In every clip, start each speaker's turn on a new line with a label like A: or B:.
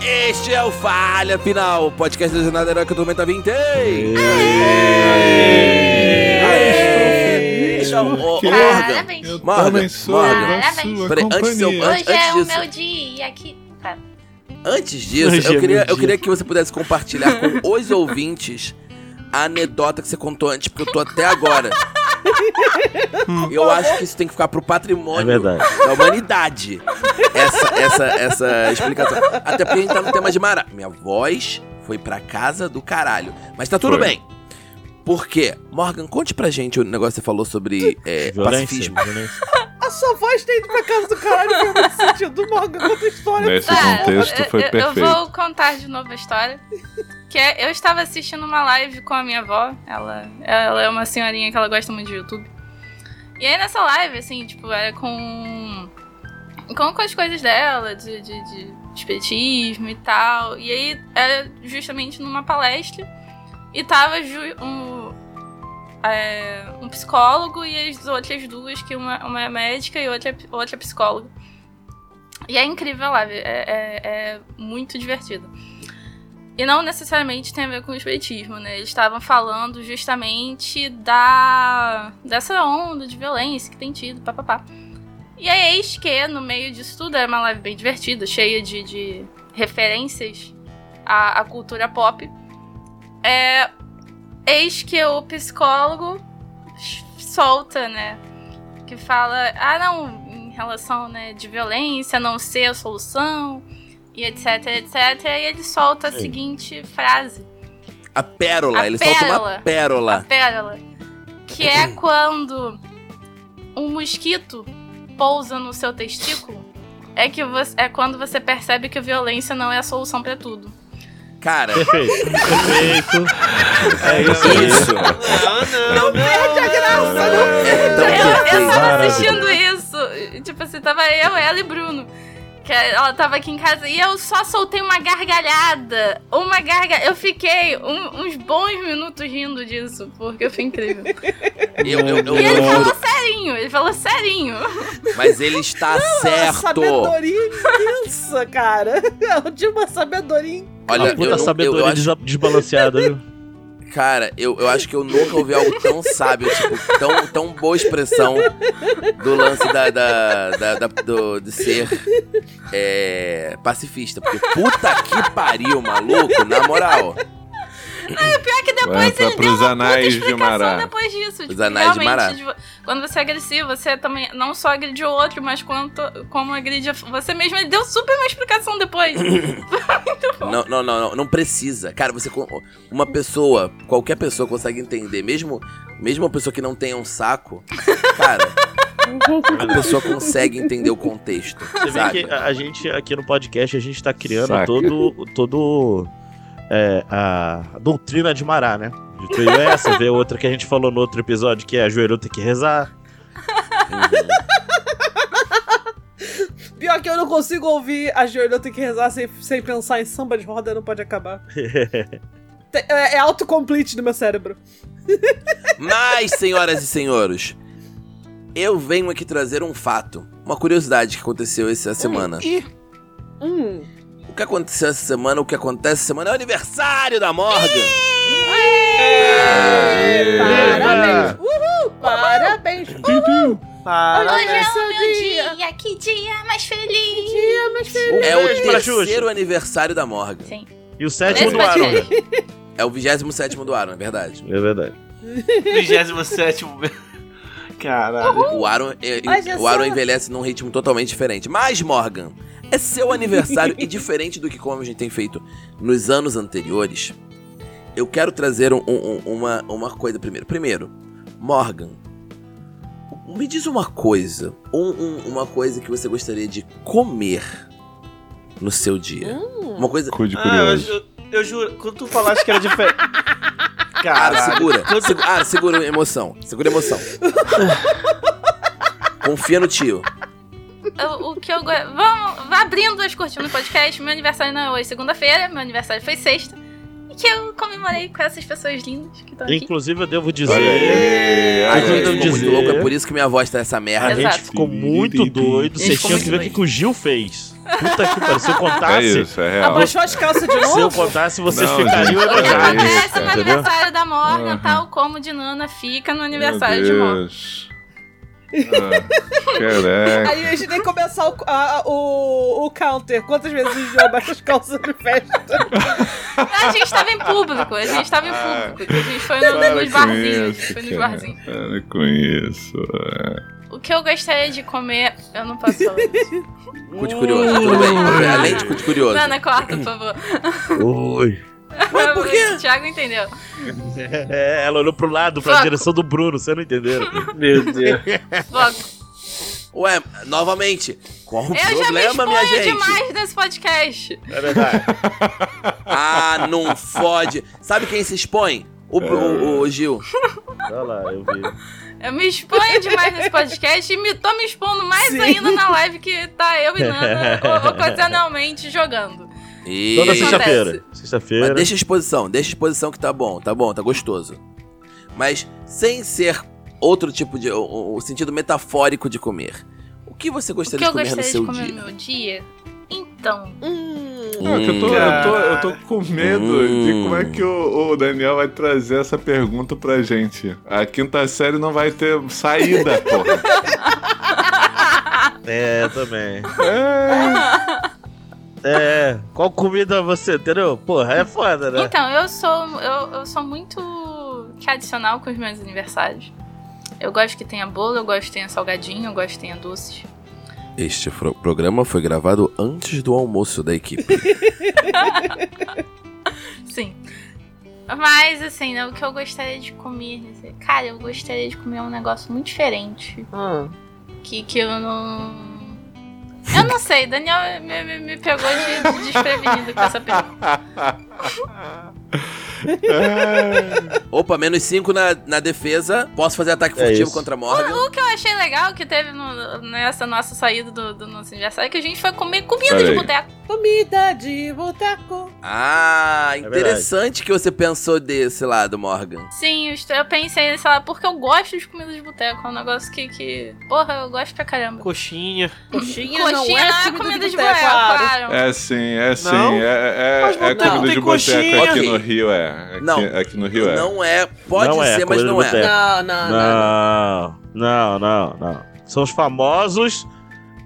A: Este é o Falha Final, podcast do Jornada Heróica do Meta 20. Este é o o-
B: Porque-
A: Morgan.
C: Ah, Parabéns.
B: Eu
A: Morgan,
B: também sou
A: Morgan.
B: da
C: Parabéns.
B: sua
A: Peraí, antes de eu-
B: companhia.
A: antes-
C: Hoje é o
A: disso-
C: meu dia aqui. Tá.
A: Antes disso,
D: Hoje
A: eu,
D: é
A: queria,
D: meu
A: eu
D: dia.
A: queria que você pudesse compartilhar com os ouvintes a anedota que você contou antes, porque eu tô até agora. eu acho que isso tem que ficar pro
D: É
A: patrimônio
D: verdade.
A: da humanidade. Essa, essa, essa explicação. Até porque a gente tá no tema de Mara. Minha voz foi pra casa do caralho. Mas tá tudo
D: Foi.
A: bem. Por quê? Morgan, conte pra gente o negócio que você falou sobre é,
D: Violência.
A: pacifismo.
D: violência.
E: A sua voz tem ido pra casa do caralho foi muito sentido. Morgan, conta a história.
B: Nesse
C: Tá,
B: contexto
C: eu-
B: foi
C: eu,
B: perfeito.
C: Eu vou contar de novo a história. Que é, eu estava assistindo uma live com a minha avó. Ela, ela é uma senhorinha que ela gosta muito de YouTube. E aí nessa live, assim, tipo, era com. Com, com as coisas dela, de, de, de espiritismo e tal. E aí era justamente numa palestra. E tava ju- um, é, um psicólogo e as outras duas, que uma, uma é médica e outra, é pi- outra é psicóloga. E é incrível lá, é, é- é muito divertido. E não necessariamente tem a ver com o espiritismo, né? Eles estavam falando justamente da dessa onda de violência que tem tido, papapá. E aí, eis que no meio disso tudo era uma live bem divertida, cheia de, de referências à, à cultura pop. É, eis que o psicólogo solta, né? que fala, ah não, em relação né, de violência, não ser a solução, e etc, etc. E ele solta a
D: Sim.
C: seguinte frase,
A: A pérola,
C: A
A: ele solta uma
C: pérola. a
A: pérola.
C: pérola, que é quando um mosquito pousa no seu testículo, é que você, é quando você percebe que a violência não é a solução pra tudo.
A: Cara,
D: Perfeito. Perfeito. É
A: isso.
E: é Não perde a graça, não.
B: Então,
A: É tão
C: Eu, eu
A: perfeito.
C: tava
D: Maravilha.
C: assistindo isso. Tipo assim, tava eu, ela e Bruno. Que é, ela tava aqui em casa. E eu só soltei uma gargalhada. Uma gargalhada. Eu fiquei um- uns bons minutos rindo disso. Porque foi incrível.
A: Eu, eu, eu,
C: E ele
A: eu juro,
C: falou serinho. Ele falou serinho.
A: mas ele está
E: É Uma
A: certo.
E: sabedoria imensa, cara. Eu tinha uma sabedoria
A: Olha,
D: é Uma puta
A: eu, não- eu,
D: sabedoria
A: eu acho,
D: desa- desbalanceada, viu?
A: cara, eu, eu acho que eu nunca ouvi algo tão sábio, tipo, tão, tão boa expressão do lance da, da, da- da- do, de ser é, pacifista. Porque puta que pariu, maluco, na moral.
C: É Pior que
B: Vai
C: depois
B: entrar
A: é,
C: ele deu
B: pros
C: uma puta
B: anais de Mará.
C: explicação depois disso. Tipo,
A: anais de Mará.
C: realmente, de- quando você é agressivo, você também não só agride o outro, mas quanto, como agride a- você mesmo. Ele deu super uma explicação depois.
A: Não, não, não, não, não precisa. Cara, você. con- Uma pessoa, qualquer pessoa consegue entender, mesmo, mesmo uma pessoa que não tenha um saco, cara, a pessoa consegue entender o contexto.
D: Você vê
A: sabe?
D: que a a gente, aqui no podcast, a gente tá criando
B: Saca.
D: todo, todo é, a a doutrina de Mará, né? De tu essa, vê outra que a gente falou no outro episódio, que é ajoelhou, tem que rezar.
E: Pior que eu não consigo ouvir a Joelho, eu tenho que rezar sem, sem pensar em samba de roda, não pode acabar. Te- é, é autocomplete do meu cérebro.
A: Mas, senhoras e senhores, eu venho aqui trazer um fato, uma curiosidade que aconteceu essa semana.
E: Hum.
A: O que aconteceu essa semana, o que acontece essa semana é o aniversário da Morgan.
E: Parabéns! Uhul! Parabéns! Parabéns!
C: Hoje é o
E: seu
C: meu
E: dia.
C: dia. Que dia mais feliz.
E: Dia, mas feliz.
A: É o
D: beijo pra
A: terceiro
D: Xuxa.
A: aniversário da Morgan.
C: Sim.
D: E o sétimo
C: Esse
D: do Aaron.
C: podcast-
A: É o 27 do Aaron, é verdade.
D: É verdade.
F: 27 Caralho.
A: O Aaron, é,
E: Mas é
A: o Aaron
E: só-
A: envelhece num ritmo totalmente diferente. Mas, Morgan, é seu aniversário e diferente do que como a gente tem feito nos anos anteriores, eu quero trazer um- um- um- uma, uma coisa primeiro. Primeiro, Morgan, me diz uma coisa. um- um- uma coisa que você gostaria de comer no seu dia.
E: Hum.
A: Uma coisa.
B: Cu de
F: Ah, eu,
B: curioso.
F: ju- eu juro, quando tu falaste que era diferente.
A: Ara,
F: Caralho.
A: segura. Segu- Ara, segura a emoção. Segura a emoção. Confia no tio.
C: o, o que eu go- Vamos, vá abrindo as cortinas do podcast. Meu aniversário não é hoje, segunda-feira. Meu aniversário foi sexta. E que eu comemorei com essas pessoas lindas que estão aqui.
D: Inclusive, eu devo
B: Olha
D: dizer.
B: aí.
A: A
D: Ai,
A: gente
D: eu
A: É, ficou muito
D: vou
A: é
D: dizer-
A: louco, é por isso que minha voz tá essa merda.
D: A gente
C: Exato.
D: ficou muito doido.
C: Gente,
D: Vocês
C: ficou
D: tinham que
C: muito
D: ver o que
C: doido.
D: que o Gil fez. Puta que pariu. Se eu
F: Tá,
B: É
D: contasse,
B: isso, é real.
E: Abaixou as calças de
D: se eu
E: novo?
D: contasse, vocês
B: Não,
D: ficariam
B: gente,
D: enojados.
B: peraí.
C: Acontece
B: cara.
A: tá
C: no
B: Entendeu?
C: aniversário da Morgan,
B: Aham.
C: tal como de Nana fica no
B: Meu
C: é aniversário de Morgan.
B: Deus. Ah, Caraca.
E: Aí a gente tem que começar o, a- o, o counter. Quantas vezes o João abaixa as calças de festa?
C: A gente tava em público, a gente tava em
B: Ah.
C: público. A gente foi no-
B: Para
C: nos
B: com
C: barzinhos.
B: isso,
C: Foi nos
B: cara.
C: barzinhos.
B: Para com isso.
C: O que eu gostaria de comer, eu não posso falar.
A: Cu de
D: Hum.
A: curioso, tá tudo bem. tudo bem. Além de cu de curioso.
C: Nana, corta, por favor.
D: Oi.
A: Ué, por quê?
C: O Thiago entendeu.
D: É, ela olhou pro lado, pra
C: Foco.
D: direção do Bruno, vocês não entenderam.
F: Meu Deus.
C: Logo.
A: Ué, novamente, qual o
C: Eu já me
A: problema, minha
C: exponho
A: gente?
C: demais nesse podcast.
D: É verdade.
A: Ah, não fode. Sabe quem se expõe? O,
D: É.
A: o- o Gil.
D: Olha lá, eu vi.
C: Eu me exponho demais nesse podcast e me, tô me expondo mais
E: Sim.
C: ainda na live que tá eu e Nana o- ocasionalmente jogando.
A: E...
D: Toda
C: Isso.
D: sexta-feira.
A: Mas
D: Sexta-feira.
A: deixa a exposição, deixa a exposição que tá bom, tá bom, tá gostoso. Mas sem ser outro tipo de. O, o sentido metafórico de comer. O que você
C: O que
A: gostaria
C: eu
A: de comer no
C: gostaria de
A: seu
C: comer
A: dia?
C: no meu dia? Então,
E: Hum.
D: Ah,
B: Não, é que eu, tô, eu, tô, eu tô com medo de
A: Hum.
B: como é que o, o Daniel vai trazer essa pergunta pra gente. A quinta série não vai ter saída, porra.
D: É, também.
B: É.
D: É, qual comida você, entendeu? Porra, é foda, né?
C: Então, eu sou, eu, eu sou muito tradicional com os meus aniversários. Eu gosto que tenha bolo, eu gosto que tenha salgadinho, eu gosto que tenha doces.
A: Este fro- programa foi gravado antes do almoço da equipe.
C: Sim. Mas, assim, né, o que eu gostaria de comer... né, Cara, eu gostaria de comer um negócio muito diferente.
E: Ah.
C: Que, que eu não... Eu não sei, Daniel me, me- me pegou de, de desprevenido com essa pergunta.
B: é.
A: Opa, menos 5 na, na defesa. Posso fazer ataque
D: É
A: furtivo
D: isso.
A: contra Morgan.
C: O que Então, eu achei legal que teve no- nessa nossa saída do, do nosso aniversário é que a gente foi comer comida de
B: Peraí.
C: boteco.
E: Comida de boteco.
A: Ah,
D: É verdade.
A: interessante que você pensou desse lado, Morgan.
C: Sim, eu est- eu pensei, sei lá, porque eu gosto de comida de boteco. É um negócio que, que. Porra, eu gosto pra caramba.
F: Coxinha.
E: Coxinha,
C: Coxinha
E: não é comida, de, boteco, claro.
C: claro.
B: É sim, é sim.
F: Não?
B: É,
F: Mas
B: é, é
F: boteco
B: comida
F: tem
B: de boteco
F: coxinha.
B: aqui no Rio, é. Aqui,
A: Não.
B: aqui no Rio é.
A: Não é, pode
D: Não é,
A: ser, mas
D: comida de
A: não é.
D: boteco.
E: Não, não, não.
D: Não, não, não, não. São os famosos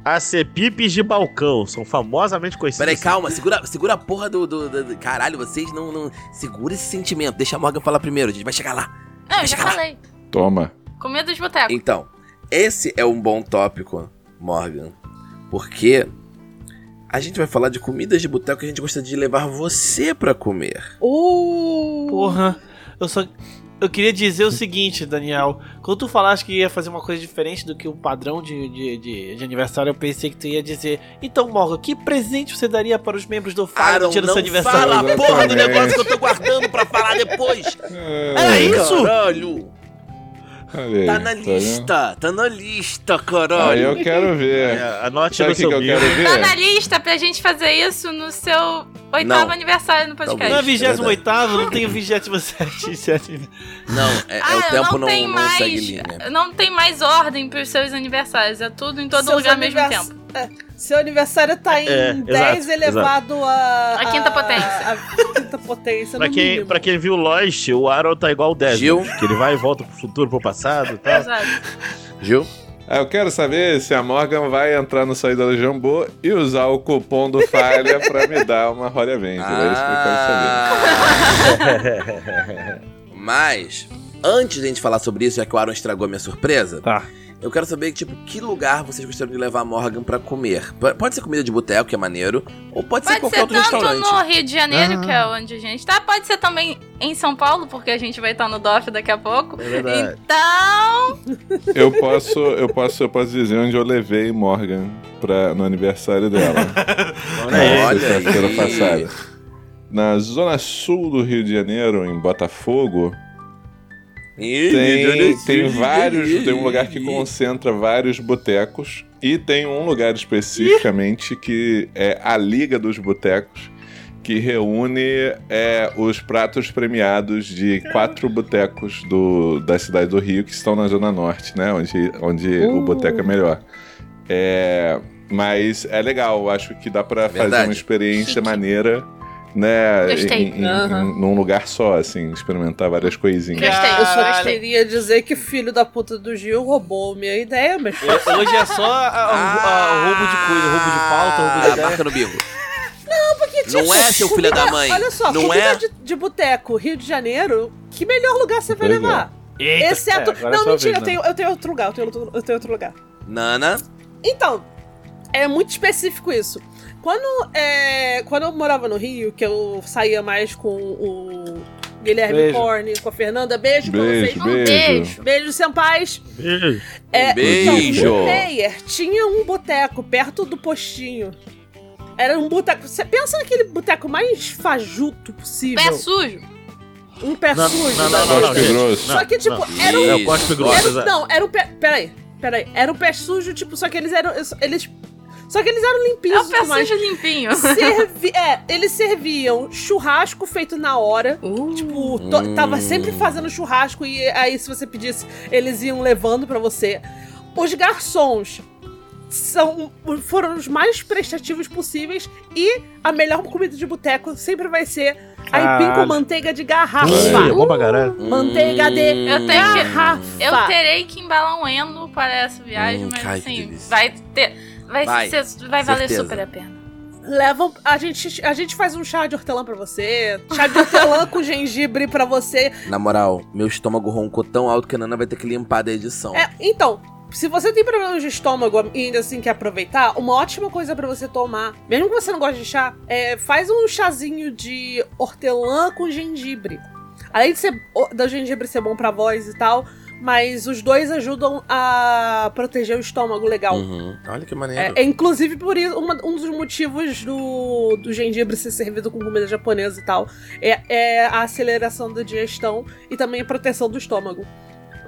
D: acepipes de balcão. São famosamente conhecidos.
A: Peraí, calma, segura, segura a porra do, do- do- do- Caralho, vocês não, não. Segura esse sentimento. Deixa a Morgan falar primeiro, a gente vai chegar lá.
C: Não, eu já falei.
B: Toma.
C: Comida de boteco.
A: Então, esse é um bom tópico, Morgan, porque a gente vai falar de comidas de boteco que a gente gosta de levar você pra comer.
E: Uh,
F: Porra. Eu só. Eu queria dizer o seguinte, Daniel. Quando tu falaste que ia fazer uma coisa diferente do que o padrão de, de, de- de aniversário, eu pensei que tu ia dizer. Então, Morgan, que presente você daria para os membros do Fire no
A: Aaron,
F: dia do seu
A: não
F: aniversário?
A: fala a porra do
B: Exatamente.
A: negócio que eu tô guardando pra falar depois.
F: Ah,
B: É,
A: isso? Caralho,
B: olha aí,
A: tá na
B: vendo?
A: lista, tá na lista,
B: né? Aí
A: caralho.
B: eu quero ver.
D: É, anote
B: Sabe
D: no
B: o que, que
D: seu
B: eu
D: bico.
B: quero ver?
A: Então, é.
C: Tá na lista pra gente fazer isso no seu oitavo
A: Não.
C: aniversário no podcast.
F: Não é
A: Talvez.
F: 28, não tem 27, 7.
A: Não, é, é
C: Ah,
A: o tempo não,
C: tem
A: não,
C: mais,
A: segue linha. né?
C: Não tem mais ordem pros seus aniversários. É tudo em todo
E: seus
C: lugar ao mesmo
E: anivers-
C: tempo.
E: é, seu aniversário tá em
D: É,
E: 10
D: exato,
E: elevado a,
C: A quinta potência.
E: A, a quinta potência,
D: Pra
E: Tá no
D: quem,
E: mínimo.
D: pra quem viu Lost, o Aaron tá igual o
A: Gil.
D: Desmond. Que ele vai e volta pro futuro, pro passado e
A: É.
D: tal.
C: Exato.
A: Gil?
B: Ah, Eu quero saber se a Morgan vai entrar no Saída do Jambô e usar o cupom do Falha pra me dar uma Roda Vente. É isso que eu quero saber.
A: Ah. Mas, antes de a gente falar sobre isso, já que o Aaron estragou a minha surpresa,
F: Tá.
A: eu quero saber, tipo, que lugar vocês gostariam de levar a Morgan pra comer. P- Pode ser comida de boteco, que é maneiro, ou pode, ser
C: Pode
A: qualquer
C: ser
A: outro
C: tanto
A: restaurante.
C: no Rio de Janeiro,
D: Ah.
C: que é onde a gente tá. Pode ser também em São Paulo, porque a gente vai estar no DOF daqui a pouco.
D: É verdade.
C: Então,
B: Eu posso, eu posso, eu posso dizer onde eu levei Morgan pra, no aniversário dela.
D: Olha
B: É
D: aí.
A: Olha
B: sexta-feira
A: aí.
B: passada. Na zona sul do Rio de Janeiro, em Botafogo,
A: Ih,
B: tem,
A: Deus,
B: tem
A: Deus,
B: vários.
A: Deus,
B: Tem um lugar que
A: Deus.
B: concentra vários botecos. E tem um lugar especificamente que é a Liga dos Botecos, que reúne é, os pratos premiados de quatro botecos do, da cidade do Rio que estão na Zona Norte, né? Onde, onde o
E: Uh.
B: boteco é melhor. É, Mas é legal, acho que dá pra fazer
A: Verdade.
B: uma experiência
C: Chique.
B: maneira, né?
C: Gostei.
B: em- em-
E: Aham.
B: em- num lugar só, assim, experimentar várias coisinhas.
C: Gostei,
E: Eu só
C: Caralho.
E: queria dizer que filho da puta do Gil roubou minha ideia, mas
F: Ho- Hoje é só a- a- a- roubo de coisa, roubo de pauta, roubo de
A: Ah,
F: ideia.
A: marca no bingo.
E: Porque, tipo,
A: Não é, seu filho
E: comida-
A: da mãe.
E: Olha só,
A: Não
E: comida
A: é?
E: de, de boteco, Rio de Janeiro, que melhor lugar você vai
B: Pois é.
E: levar?
F: Eita,
E: Exceto.
F: é, agora é
E: não,
F: sua
E: mentira, eu,
F: vez,
D: né?
E: tenho, eu tenho outro lugar, eu tenho outro, eu tenho outro lugar.
A: Nana, um
E: Então, é muito específico isso. Quando, é, quando eu morava no Rio, que eu saía mais com o Guilherme
F: Beijo.
E: Corne, com a Fernanda, beijo,
B: Beijo,
E: pra vocês.
B: beijo.
C: Um beijo.
E: Beijo, senpais. É,
A: Beijo.
E: Então, o Meyer tinha um boteco perto do postinho. Era um boteco. Você pensa naquele boteco mais fajuto possível.
C: Pé sujo.
E: Um pé
D: Não,
E: sujo.
D: não,
E: sabe?
D: não, não,
B: Cospe
D: gente.
B: grosso.
E: Só que, tipo,
D: não.
E: era um.
D: É o cospe
E: Era,
D: grosso.
E: um- não, era um pé. Peraí, peraí. Era um pé sujo, tipo, só que eles eram. Eles, só que eles eram
C: É
D: um
E: limpinhos
C: o
E: e
C: pé
E: tudo mais.
C: sujo limpinho.
E: Servi, é, eles serviam churrasco feito na hora. Tipo, to-
A: Hum.
E: tava sempre fazendo churrasco e aí se você pedisse, eles iam levando pra você. Os garçons são foram os mais prestativos possíveis e a melhor comida de boteco sempre vai ser aipim com
F: Caralho.
E: manteiga de
D: Ih, é
E: garrafa.
D: bom pra caralho.
A: Hum.
E: Manteiga de
C: Eu
F: Ah.
C: tenho que-
E: garrafa.
C: Eu terei que embalar um eno para essa viagem,
A: Hum,
C: mas
A: cai, que
C: assim,
A: delícia.
C: vai ter. Vai,
A: Vai,
C: ser- vai valer
A: certeza.
C: super a pena.
E: Levam. A gente, a gente faz um chá de hortelã pra você. Chá de hortelã com gengibre pra você.
A: Na moral, meu estômago roncou tão alto que a Nana vai ter que limpar da edição.
E: É, então, se você tem problemas de estômago e ainda assim quer aproveitar, uma ótima coisa pra você tomar, mesmo que você não goste de chá, é, faz um chazinho de hortelã com gengibre. Além de ser o- do gengibre ser bom pra voz e tal, mas os dois ajudam a proteger o estômago legal.
A: Uhum. Olha que maneiro.
E: então. É, é, inclusive por isso, uma- um dos motivos do, do gengibre ser servido com comida japonesa e tal é, é a aceleração da digestão e também a proteção do estômago.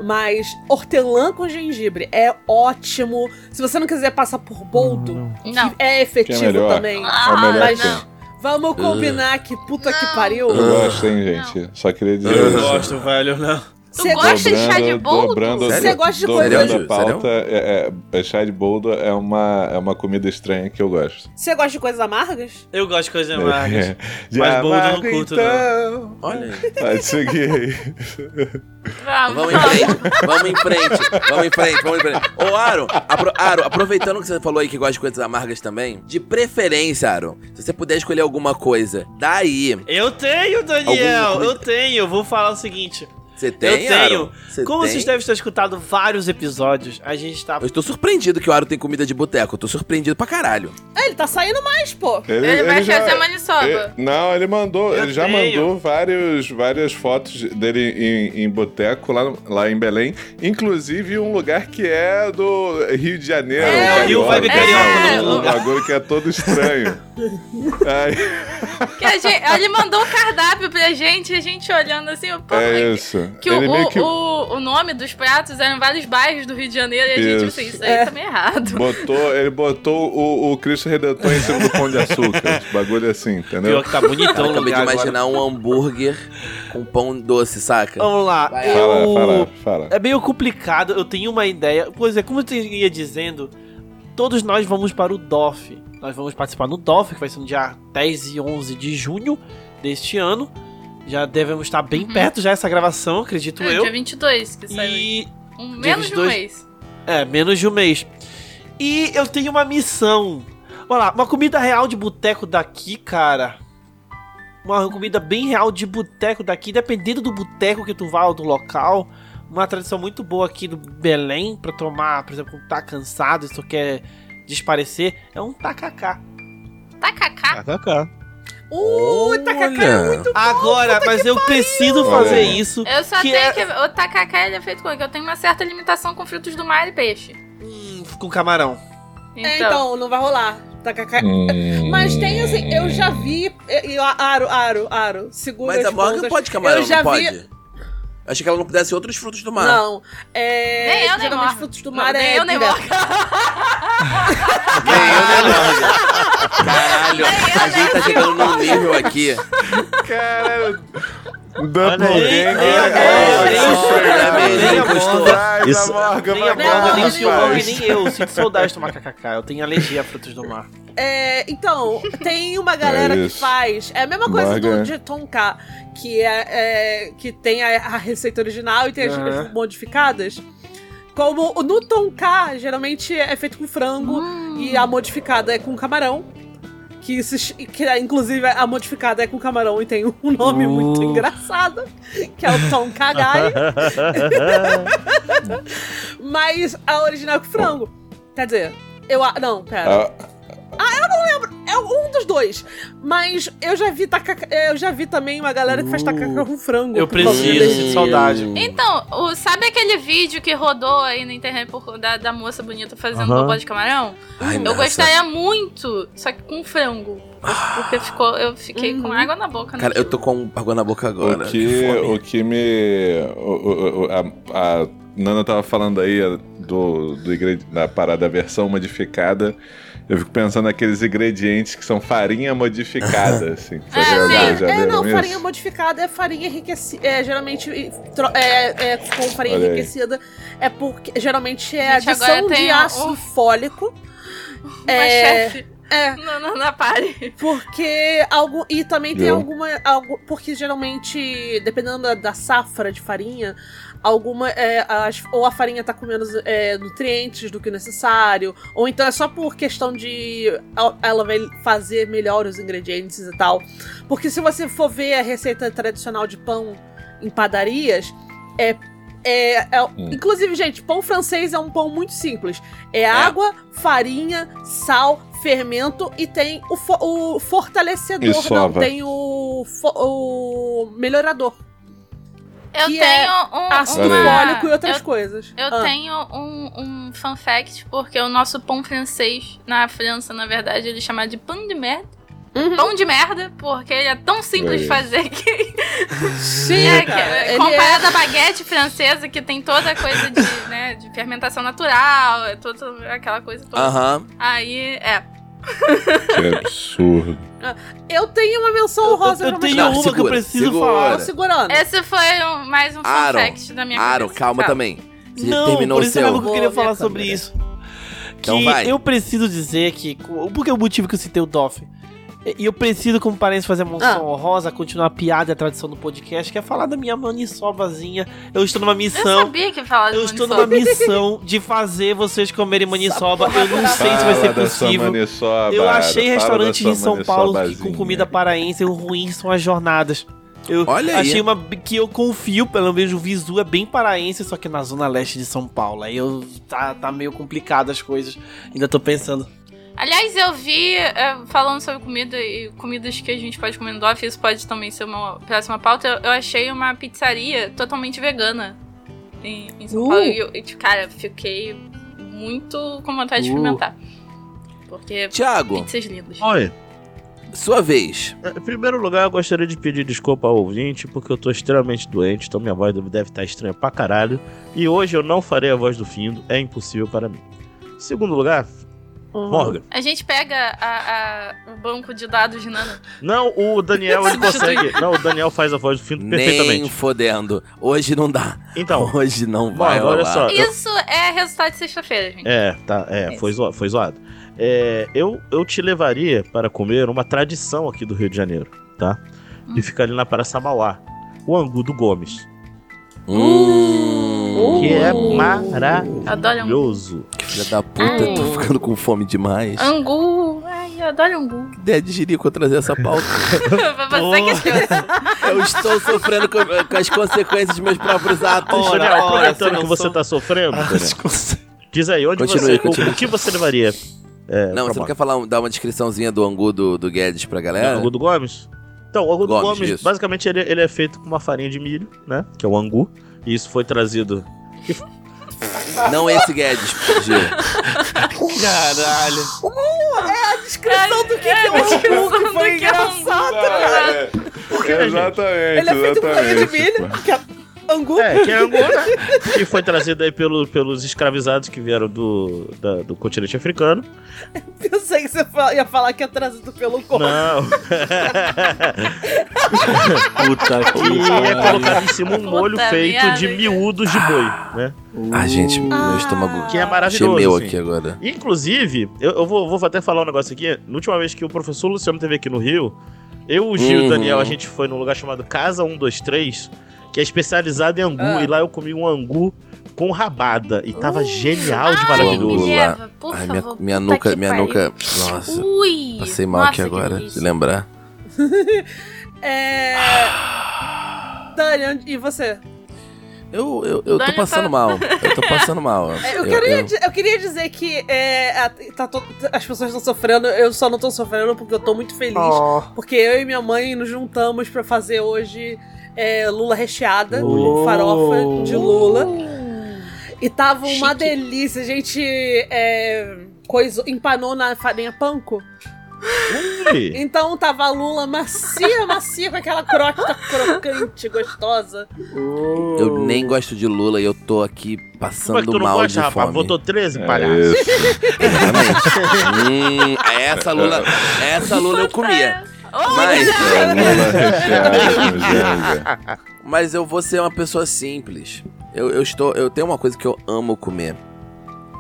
E: Mas hortelã com gengibre é ótimo. Se você não quiser passar por boldo,
C: Não. Ah,
E: é efetivo
B: Que é melhor.
E: também.
B: É o melhor
E: mas-
B: que tem.
C: É.
E: Vamos combinar que puta que pariu.
B: Eu
A: Ah.
B: gosto, hein, gente? Só queria dizer
A: Eu
B: isso.
F: gosto, velho, não.
C: Tu
E: Cê
C: gosta de chá de boldo?
B: Dobrando,
A: Sério?
E: Você gosta de
B: dobrando
A: coisa-
B: a pauta, é, é- é chá de boldo é uma, é uma comida estranha que eu gosto.
E: Você gosta de coisas amargas?
F: Eu gosto de coisas amargas.
B: De
F: Mas boldo eu não
B: amargo,
F: curto,
B: então.
A: Olha aí.
B: Pode seguir aí.
C: Vamos,
A: Então, Vamos em frente, vamos em frente, vamos em frente, vamos em frente. Ô, Aro, apro- Aro, aproveitando que você falou aí que gosta de coisas amargas também, de preferência, Aro, se você puder escolher alguma coisa, daí,
F: Eu tenho, Daniel,
A: Algum-
F: eu tenho. Eu vou falar o seguinte.
A: você tem,
F: tenho.
A: Aro? Você
F: Como
A: tem?
F: vocês devem ter escutado vários episódios, a gente tá
A: Eu estou surpreendido que o Aro tem comida de boteco, eu tô surpreendido pra caralho.
E: Ah, ele tá saindo mais, pô.
B: É.
C: Ele, vai
B: já-
C: fazer é maniçoba.
B: ele- não, ele mandou,
F: Eu
B: ele já
F: tenho.
B: mandou vários, várias fotos dele em, em boteco lá, no- lá em Belém, inclusive um lugar que é do Rio de Janeiro.
C: É,
B: um
F: Rio Vibe né?
C: Carioca,
B: um
C: no lugar.
B: bagulho que é todo estranho. Aí,
C: Que a gente- ele mandou o cardápio pra gente, a gente olhando assim, o pô,
B: é isso.
C: que,
B: ele
C: o,
B: meio que
C: o, o nome dos pratos eram vários bairros do Rio de Janeiro e a gente,
B: Isso.
C: assim, isso aí
E: É.
C: tá meio errado.
B: botou, ele botou o, o Cristo Redentor em cima do Pão de Açúcar. Esse bagulho assim, entendeu?
F: Pior que tá bonitão
A: Cara,
F: o
A: acabei de
F: lugar agora.
A: imaginar um hambúrguer com pão doce, saca?
F: Vamos lá.
A: Vai.
B: Fala,
F: eu...
B: fala, fala.
F: É meio complicado, eu tenho uma ideia. Pois é, como eu te ia dizendo, todos nós vamos para o DOF. Nós vamos participar no DOF, que vai ser no dia 10 e 11 de junho deste ano. Já devemos estar bem
C: Uhum.
F: perto já essa gravação, acredito
C: É,
F: eu.
C: dia 22 que saiu.
F: E
C: Um,
F: dia
C: menos de um
F: 22.
C: mês.
F: é, menos de um mês. E eu tenho uma missão. Olha lá, uma comida real de boteco daqui, cara. Uma comida bem real de boteco daqui, dependendo do boteco que tu vá ou do local. Uma tradição muito boa aqui do Belém pra tomar, por exemplo, quando tá cansado e tu quer desparecer, é um tacacá.
C: Tacacá.
B: Ah, tá,
D: KKK.
E: Uh, tá
A: Olha.
E: muito
F: Agora, mas eu preciso fazer
B: Olha aí.
F: isso.
C: Eu só
F: Que
C: tenho
F: é-
C: que. O tacacá ele é feito com que eu tenho uma certa limitação com frutos do mar e peixe.
F: Hum, com camarão.
C: Então,
E: É, então, não vai rolar. Tá cacá. Mas tem assim,
C: É.
E: eu já vi. e- e- Aro, Aro, Aro, segura
A: Mas a
E: as
A: Morgan
E: pontas.
A: pode camarão,
E: Eu já
A: não
E: vi-
A: pode? Achei que ela não pudesse outros frutos do mar.
E: Não, é.
C: Nem eu, nem
E: geralmente
C: Morgan.
E: frutos do
C: Não,
E: mar
C: nem
E: é.
C: eu, nem
E: direto.
A: Nem eu, nem Morgan. Caralho, a gente tá chegando num nível aqui.
B: Caralho, Doppelganger.
F: Olha aí.
B: Alex Fernandes.
F: Olha aí. Nem a banda,
B: Vai
D: Isso-
B: pra Morgan,
F: nem a
B: vai pra
F: banda,
E: Não,
F: nem
E: Silvio,
B: Morgan,
F: o Silvão e
B: faz.
F: nem eu. Sinto saudade de tomar kkk. Eu tenho alergia a frutos do mar.
E: É, então, tem uma galera
B: É
E: que
B: isso.
E: faz. É a mesma coisa
B: Maga.
E: do, de Tonka, que, é, é- que tem a, a receita original e tem as,
F: Aham.
E: as modificadas. Como o- no Tonka, geralmente é feito com frango e a modificada é com camarão. Que, se ch- que é, inclusive a modificada é com camarão e tem um nome
F: Uh.
E: muito engraçado, que é o Tonka Gai. mas a original é com frango. Quer dizer, eu. a- Não, pera.
B: Ah,
E: É um dos dois. Mas eu já vi tacaca, eu já vi também uma galera que faz
F: Uh,
E: tacacá com assim. frango.
F: Eu
E: por causa
F: preciso,
E: desse-
F: sinto saudade.
C: Então, o- sabe aquele vídeo que rodou aí na internet por- da, da moça bonita fazendo
D: Aham.
C: bobó de camarão?
A: Ai,
C: Eu
A: nossa.
C: gostaria muito, só que com frango. Porque ficou, eu fiquei com
E: Uhum.
C: água na boca. né?
A: Cara, eu tô
C: naquilo.
A: com um água na boca agora.
B: O
A: que
B: que,
A: fome.
B: o que me. o- o- o- a, a Nana tava falando aí do, do ingredi- da parada versão modificada. Eu fico pensando naqueles ingredientes que são farinha modificada, assim. Vocês
C: É,
B: já,
C: sim.
B: já
E: É,
B: viram
E: não,
B: isso?
E: farinha modificada é farinha enriquecida. É, geralmente e- tro- é, é com farinha
B: Olha aí.
E: enriquecida. É porque geralmente é
C: Gente, agora
E: adição
C: tem
E: de
C: um-
E: ácido
C: um-
E: fólico.
C: Uma
E: É,
C: chefe
E: É,
C: na, na, na party.
E: porque algo. E também tem
B: Viu?
E: alguma. Algo, porque geralmente, dependendo da, da safra de farinha, alguma. é, as- ou a farinha tá com menos é, nutrientes do que o necessário. Ou então é só por questão de el- ela vai fazer melhor os ingredientes e tal. Porque se você for ver a receita tradicional de pão em padarias, é. é, é- Inclusive, gente, pão francês é um pão muito simples. É, água, farinha, sal, fermento e tem o, fo- o fortalecedor,
B: E
E: não,
B: sova.
E: tem o, fo- o melhorador.
C: Eu
E: Que
C: tenho
E: é
C: um.
E: Ácido
B: Olha
C: uma-
B: aí.
E: fólico e outras
C: eu,
E: coisas.
C: Eu
E: Ah,
C: tenho um, um fun fact, porque o nosso pão francês, na França, na verdade, ele é chamado de pão de merda.
E: Uhum.
C: Pão de merda, porque ele é tão simples de
B: Olha
C: fazer que.
E: Sim,
C: É,
E: cara,
C: que
E: ele
C: comparado à baguete francesa, que tem toda a coisa de, né, de fermentação natural, é toda aquela coisa toda.
A: Aham.
C: Aí, é.
B: Que absurdo.
E: é- eu tenho uma menção honrosa
F: eu,
E: pra
F: tenho
E: uma
A: Não,
F: uma que eu
A: segura,
F: preciso
A: segura.
E: Tô
F: falar.
E: segurando.
C: Esse foi um- mais um fun
A: Aaron,
C: fact da minha
A: Aro,
C: cabeça.
A: calma
C: Tá.
A: também. Você
F: Não,
A: terminou
F: por
A: o
F: isso mesmo
A: seu.
F: que eu queria
E: Vou ver
F: falar
E: a
F: sobre
E: câmera.
F: isso. Que
A: Então vai.
F: eu preciso dizer que. Porque é o motivo que eu citei o Doff. E eu preciso, como parente, fazer a
E: Ah.
F: menção honrosa, continuar a piada e a tradição do podcast, que é falar da minha maniçobazinha. Eu estou numa
C: Eu
F: missão.
C: sabia que falava de
F: Eu estou numa
C: maniçoba.
F: missão de fazer vocês comerem maniçoba. Eu não sei se vai
B: Fala
F: ser
B: da sua
F: possível.
B: maniçoba,
F: Eu
B: fala
F: achei
B: Tá da
F: restaurantes
B: sua
F: em São Paulo que, com
B: maniçobazinha.
F: comida paraense. O ruim são as jornadas. Eu
A: Olha aí.
F: achei uma que eu confio, pelo menos o visu é bem paraense, só que na zona leste de São Paulo. Aí eu tá, tá meio complicado as coisas. Ainda tô pensando.
C: Aliás, eu vi é, falando sobre comida e comidas que a gente pode comer no DOF, isso pode também ser uma próxima pauta. Eu, eu achei uma pizzaria totalmente vegana em, em São
E: Uh!
C: Paulo. E, eu, e, tipo, cara, fiquei muito com vontade de
F: Uh.
C: experimentar. Porque
A: Tiago,
C: pizzas lindas.
D: Oi.
A: sua vez.
D: É, Em primeiro lugar, eu gostaria de pedir desculpa ao ouvinte, porque eu tô extremamente doente, então minha voz deve estar estranha pra caralho. E hoje eu não farei a voz do Findo, é impossível para mim. Em segundo lugar,
E: Uhum.
D: Morgan.
C: A gente pega a- a- o banco de dados de Nana.
D: Não, o Daniel ele consegue. Não, o Daniel faz a voz do Findo
A: Nem
D: perfeitamente.
A: fodendo. Hoje não dá.
D: Então,
A: Hoje não vai.
D: Morgan, olha
A: rolar.
D: só. eu-
C: Isso é resultado de sexta-feira, gente.
D: É, tá, é,
C: Esse.
D: foi zoado. Foi zoado. É, eu, eu te levaria para comer uma tradição aqui do Rio de Janeiro, tá? E fica ali na Praça Mauá. O Angu do Gomes.
A: Hum.
D: Que é
E: Uh.
A: É
C: Adoro angu.
D: maravilhoso.
A: Filha da puta,
C: Ai.
A: tô ficando com fome demais.
C: Angu. Ai, eu adoro angu.
A: Ideia de jirico eu trazer essa pauta.
C: Você que escreveu.
A: Eu estou sofrendo com, com as consequências dos meus próprios atos.
F: Ora,
D: Daniel,
F: ora,
D: aproveitando que
F: seleção.
D: você tá sofrendo,
F: Ah,
D: Daniel, diz aí, onde
A: Ah, Continue,
D: você.
A: continue.
D: O, o que você levaria?
A: Não,
D: É, pra
A: você não
D: Mauá?
A: quer falar, um- dar uma descriçãozinha do angu do, do Guedes pra galera?
D: Angu do Gomes? Então, o Angu do
A: Gomes,
D: Gomes,
A: isso.
D: basicamente, ele, ele é feito com uma farinha de milho, né? Que é o angu. E isso foi trazido.
A: Não esse Guedes, Gil.
F: Caralho.
E: Descrição do que, que é o
C: descrição
E: angu, que
C: do
E: foi
C: que é o angu.
E: engraçado.
B: Ah, é.
D: gente?
B: Exatamente.
E: Ele é feito com farinha de
B: exatamente,
E: milho.
B: pô.
E: que é- Angu.
D: É, que é Angu, né? Que foi trazido aí pelo- pelos escravizados que vieram do, da- do continente africano.
E: Pensei que você fa- ia falar que é trazido pelo corpo.
D: Não.
F: Puta
D: E é colocado em cima um
C: Puta
D: molho feito
C: merda,
D: de
C: cara.
D: miúdos de boi, né?
A: Ah, gente, meu
E: Ah.
A: estômago
D: Que é maravilhoso.
A: gemeu
D: assim.
A: aqui agora.
D: Inclusive, eu, eu vou, vou até falar um negócio aqui. Na última vez que o professor Luciano teve aqui no Rio, eu, o Gil e
A: Uhum.
D: o Daniel, a gente foi num lugar chamado Casa 123, que é especializado em angu.
E: Ah.
D: E lá eu comi um angu com rabada. E tava
E: Uh.
D: genial de
C: Ai,
D: maravilhoso.
C: me leva, por
A: Ai, minha,
C: favor.
A: minha
C: puta
A: nuca,
C: que
A: minha
C: pariu.
A: nuca. Nossa,
C: Ui!
A: passei mal
C: nossa,
A: aqui agora,
C: que
A: de
C: delícia.
A: lembrar.
E: É. Dani, onde- e você?
A: Eu, eu, eu tô
C: Dani tá-
A: passando mal. Eu tô passando mal.
E: É, Eu, quero- eu, queria dizer que é, a- tá to- as pessoas estão sofrendo, eu só não tô sofrendo porque eu tô muito feliz. Porque eu e minha mãe nos juntamos pra fazer hoje é, Lula recheada,
F: Uou.
E: farofa de Lula.
C: Uh,
E: E tava uma
C: Chique.
E: delícia. A gente é, coisa, empanou na farinha panko.
D: Ui.
E: Então tava a Lula macia, macia, com aquela crosta crocante, gostosa.
A: Eu nem gosto de Lula e eu tô aqui
D: Como é que
A: passando
D: tu não
A: mal
D: gosta,
A: de
D: rapaz?
A: fome.
D: Votou 13,
B: É
D: palhaço.
B: isso.
A: Hum, essa Lula, essa Lula eu comia. Mas,
B: É Lula recheado com genga.
A: mas eu vou ser uma pessoa simples. Eu, eu estou, eu tenho uma coisa que eu amo comer.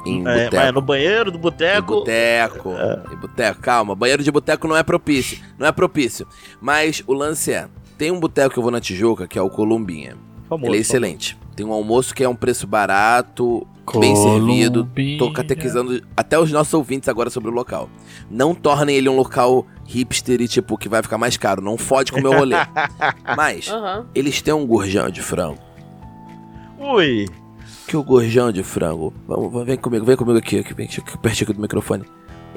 A: Em
D: É,
A: boteco.
D: mas é no banheiro, do
A: Em
D: boteco.
A: boteco.
D: É.
A: Em boteco. Calma, banheiro de boteco não é propício. Não é propício. Mas o lance é: tem um boteco que eu vou na Tijuca, que é o Columbinha.
D: Famoso,
A: Ele é excelente. Tem um almoço que é um preço barato, bem servido. Tô catequizando até os nossos ouvintes agora sobre o local. Não tornem ele um local hipster e tipo que vai ficar mais caro. Não fode com o meu rolê. Mas
E: Aham.
A: eles têm um gorjão de frango.
D: famoso. Ui.
A: Que o gorjão de frango. Vamos, vamos- vem comigo, vem comigo aqui, aqui vem aqui, pertinho aqui do microfone.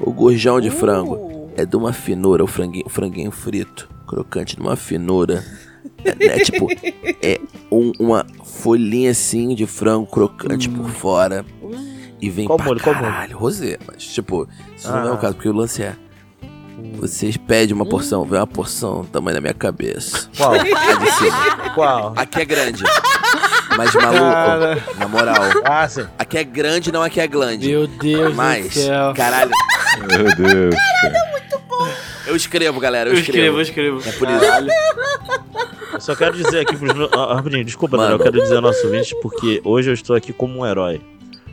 A: O gorjão
E: Uh.
A: de frango é de uma finura, o franguinho, o franguinho frito, crocante, de uma finura. É, é tipo, é um- uma folhinha assim de frango crocante
F: Hum.
A: por fora. E vem
D: Qual
A: pra
D: molho, qual molho?
A: caralho, rosé. Mas, tipo, isso não é
D: Ah.
A: o caso, porque o lance é...
F: Hum.
A: Vocês pedem uma porção, vem uma porção do tamanho da minha cabeça.
D: Qual?
A: A de cima.
D: Qual?
A: Aqui é grande. Mas, maluco,
F: Cara,
A: na moral,
D: Ah, sim.
A: aqui é grande, não aqui é grande.
F: meu Deus do
A: Mas,
F: céu.
A: caralho,
B: Meu Deus.
A: eu escrevo, galera, eu,
F: Eu escrevo, eu
A: escrevo.
F: escrevo.
A: É por isso.
F: Caralho.
D: Eu só quero dizer aqui pros. no- Ah, Rapidinho, desculpa,
A: Mano.
D: Daniel. Eu quero dizer ao nosso ouvinte porque hoje eu estou aqui como um herói.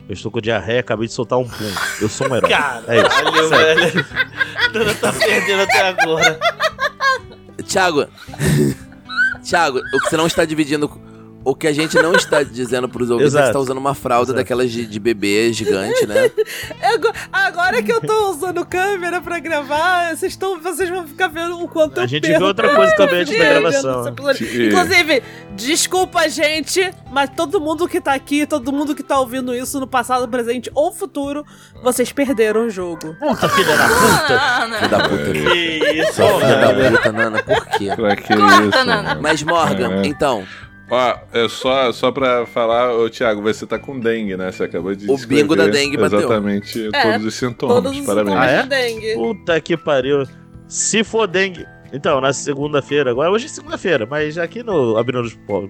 D: Eu estou com diarreia, acabei de soltar um pum. Eu sou um herói. É isso.
F: Caralho, velho. Dona tá perdendo até agora.
A: Tiago, Tiago, o que você não está dividindo, o que a gente não está dizendo pros ouvintes é que você
D: Exato.
A: tá usando uma fralda
D: Exato.
A: daquelas de, de bebê gigante, né?
E: Ago- É Agora que eu tô usando câmera pra gravar, vocês, estão, vocês vão ficar vendo o quanto
D: A
E: eu
D: gente
E: perco
D: vê outra coisa também antes da
E: dinheiro
D: gravação.
E: vendo esse episódio. Inclusive, desculpa, gente, mas todo mundo que tá aqui, todo mundo que tá ouvindo isso no passado, presente ou futuro, vocês perderam o jogo.
D: Puta filha da puta!
A: Filho da puta.
F: Que isso,
A: Só filha
F: velho.
A: da puta, Nana, por quê?
B: Pra que
C: Corta,
B: isso?
C: Nana.
B: mano?
A: Mas, Morgan,
B: É.
A: então,
B: Ó, é só, só pra falar, ô, Thiago, você tá com dengue, né? Você acabou de
A: O bingo
B: descrever
A: da dengue bateu.
B: Exatamente
E: É,
B: todos os sintomas.
E: Todos os
B: Parabéns.
E: sintomas
D: Ah, é?
E: de dengue.
D: Puta que pariu. Se for dengue. Então, na segunda-feira, agora hoje é segunda-feira, mas aqui no abrindo os po-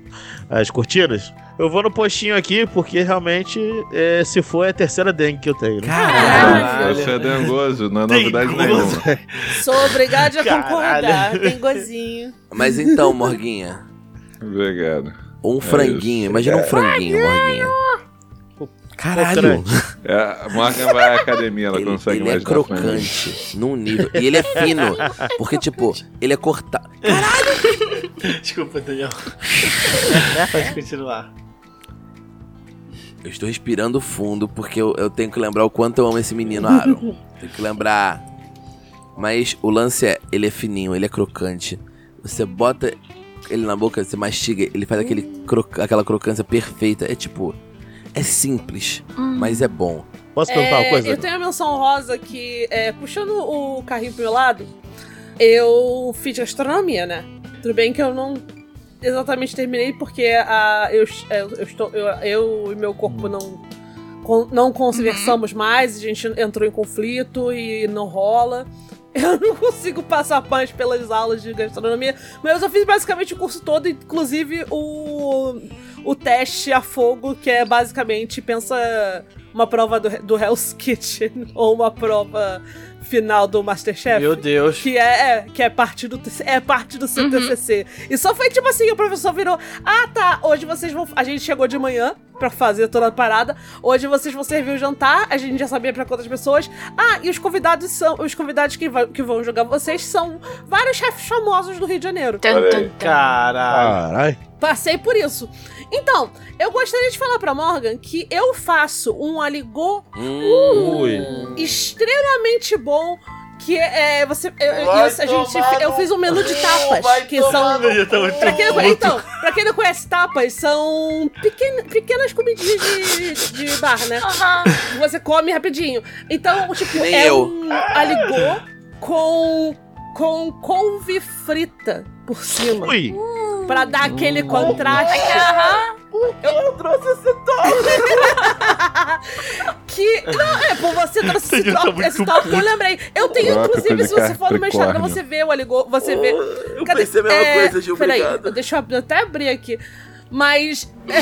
D: as cortinas, eu vou no postinho aqui porque realmente, é, se for, é a terceira dengue que eu tenho. né?
B: Ah,
F: Caralho.
B: Você é dengoso, não é novidade
F: Dengoso.
B: nenhuma.
E: Sou obrigada a
F: Caralho.
E: concordar. Tem gozinho.
A: mas então, Morguinha,
B: Obrigado.
A: um franguinho,
B: É isso.
A: imagina um franguinho, Morguinha. Caralho,
B: É, a Morgan vai à academia, ela
A: ele,
B: consegue
A: ele é
B: mais na frente.
A: crocante num nível. E ele é fino, porque, tipo, ele é cortado.
F: Desculpa, Daniel. Pode continuar.
A: Eu estou respirando fundo porque eu, eu tenho que lembrar o quanto eu amo esse menino, Aaron. tenho que lembrar. Mas o lance é, ele é fininho, ele é crocante. Você bota ele na boca, você mastiga, ele faz aquele croc- aquela crocância perfeita. É tipo, é simples,
E: Hum.
A: mas é bom.
D: Posso perguntar uma
E: É,
D: coisa?
E: Eu tenho a menção rosa que, é, puxando o carrinho pro meu lado, eu fiz gastronomia, né? Tudo bem que eu não exatamente terminei porque a, eu, é, eu, eu estou, eu, eu e meu corpo não, con- não conversamos mais, a gente entrou em conflito e não rola. Eu não consigo passar paz pelas aulas de gastronomia, mas eu fiz basicamente o curso todo, inclusive o, o teste a fogo, que é basicamente, pensa uma prova do, do Hell's Kitchen ou uma prova final do Masterchef.
F: Meu Deus.
E: Que é, é, que é parte do é parte do seu TCC. E só foi tipo assim, o professor virou: "Ah, tá, hoje vocês vão a gente chegou de manhã pra fazer toda a parada. Hoje vocês vão servir o jantar, a gente já sabia pra quantas pessoas. Ah, e os convidados são os convidados que, va- que vão jogar vocês são vários chefes famosos do Rio de Janeiro.
B: Olha aí.
A: Ah.
F: Caralho.
D: Caralho.
E: Passei por isso. Então, eu gostaria de falar pra Morgan que eu faço um aligô
A: Hum.
D: Ui.
E: extremamente bom que é você eu, eu-
F: Vai
E: a gente
F: tomar
E: eu
F: no
E: fiz um menu de
F: cu, vai
E: tapas que
F: tomar
E: são
F: no cu.
E: Pra quem, não, então, pra quem não conhece tapas, são pequen- pequenas comidinhas de, de bar, né?
C: Aham.
E: que Você come rapidinho. Então, tipo,
A: Nem
E: é
A: eu.
E: um aligô com, com couve frita por cima.
D: Ui.
E: Pra dar aquele
F: Hum.
E: contraste.
C: Aham.
E: Que. Não, é, pô, você trouxe esse
D: Você tá
E: top,
D: muito
E: esse top eu lembrei. Eu tenho,
B: Caraca,
E: inclusive,
B: coisa
E: se você
B: de
E: for no meu Instagram,
B: Capricórnio.
E: você vê o Aligô, você vê. É,
A: Eu pensei a mesma coisa, Gil,
E: Peraí,
A: obrigado.
E: deixa eu até abrir aqui. Mas. é,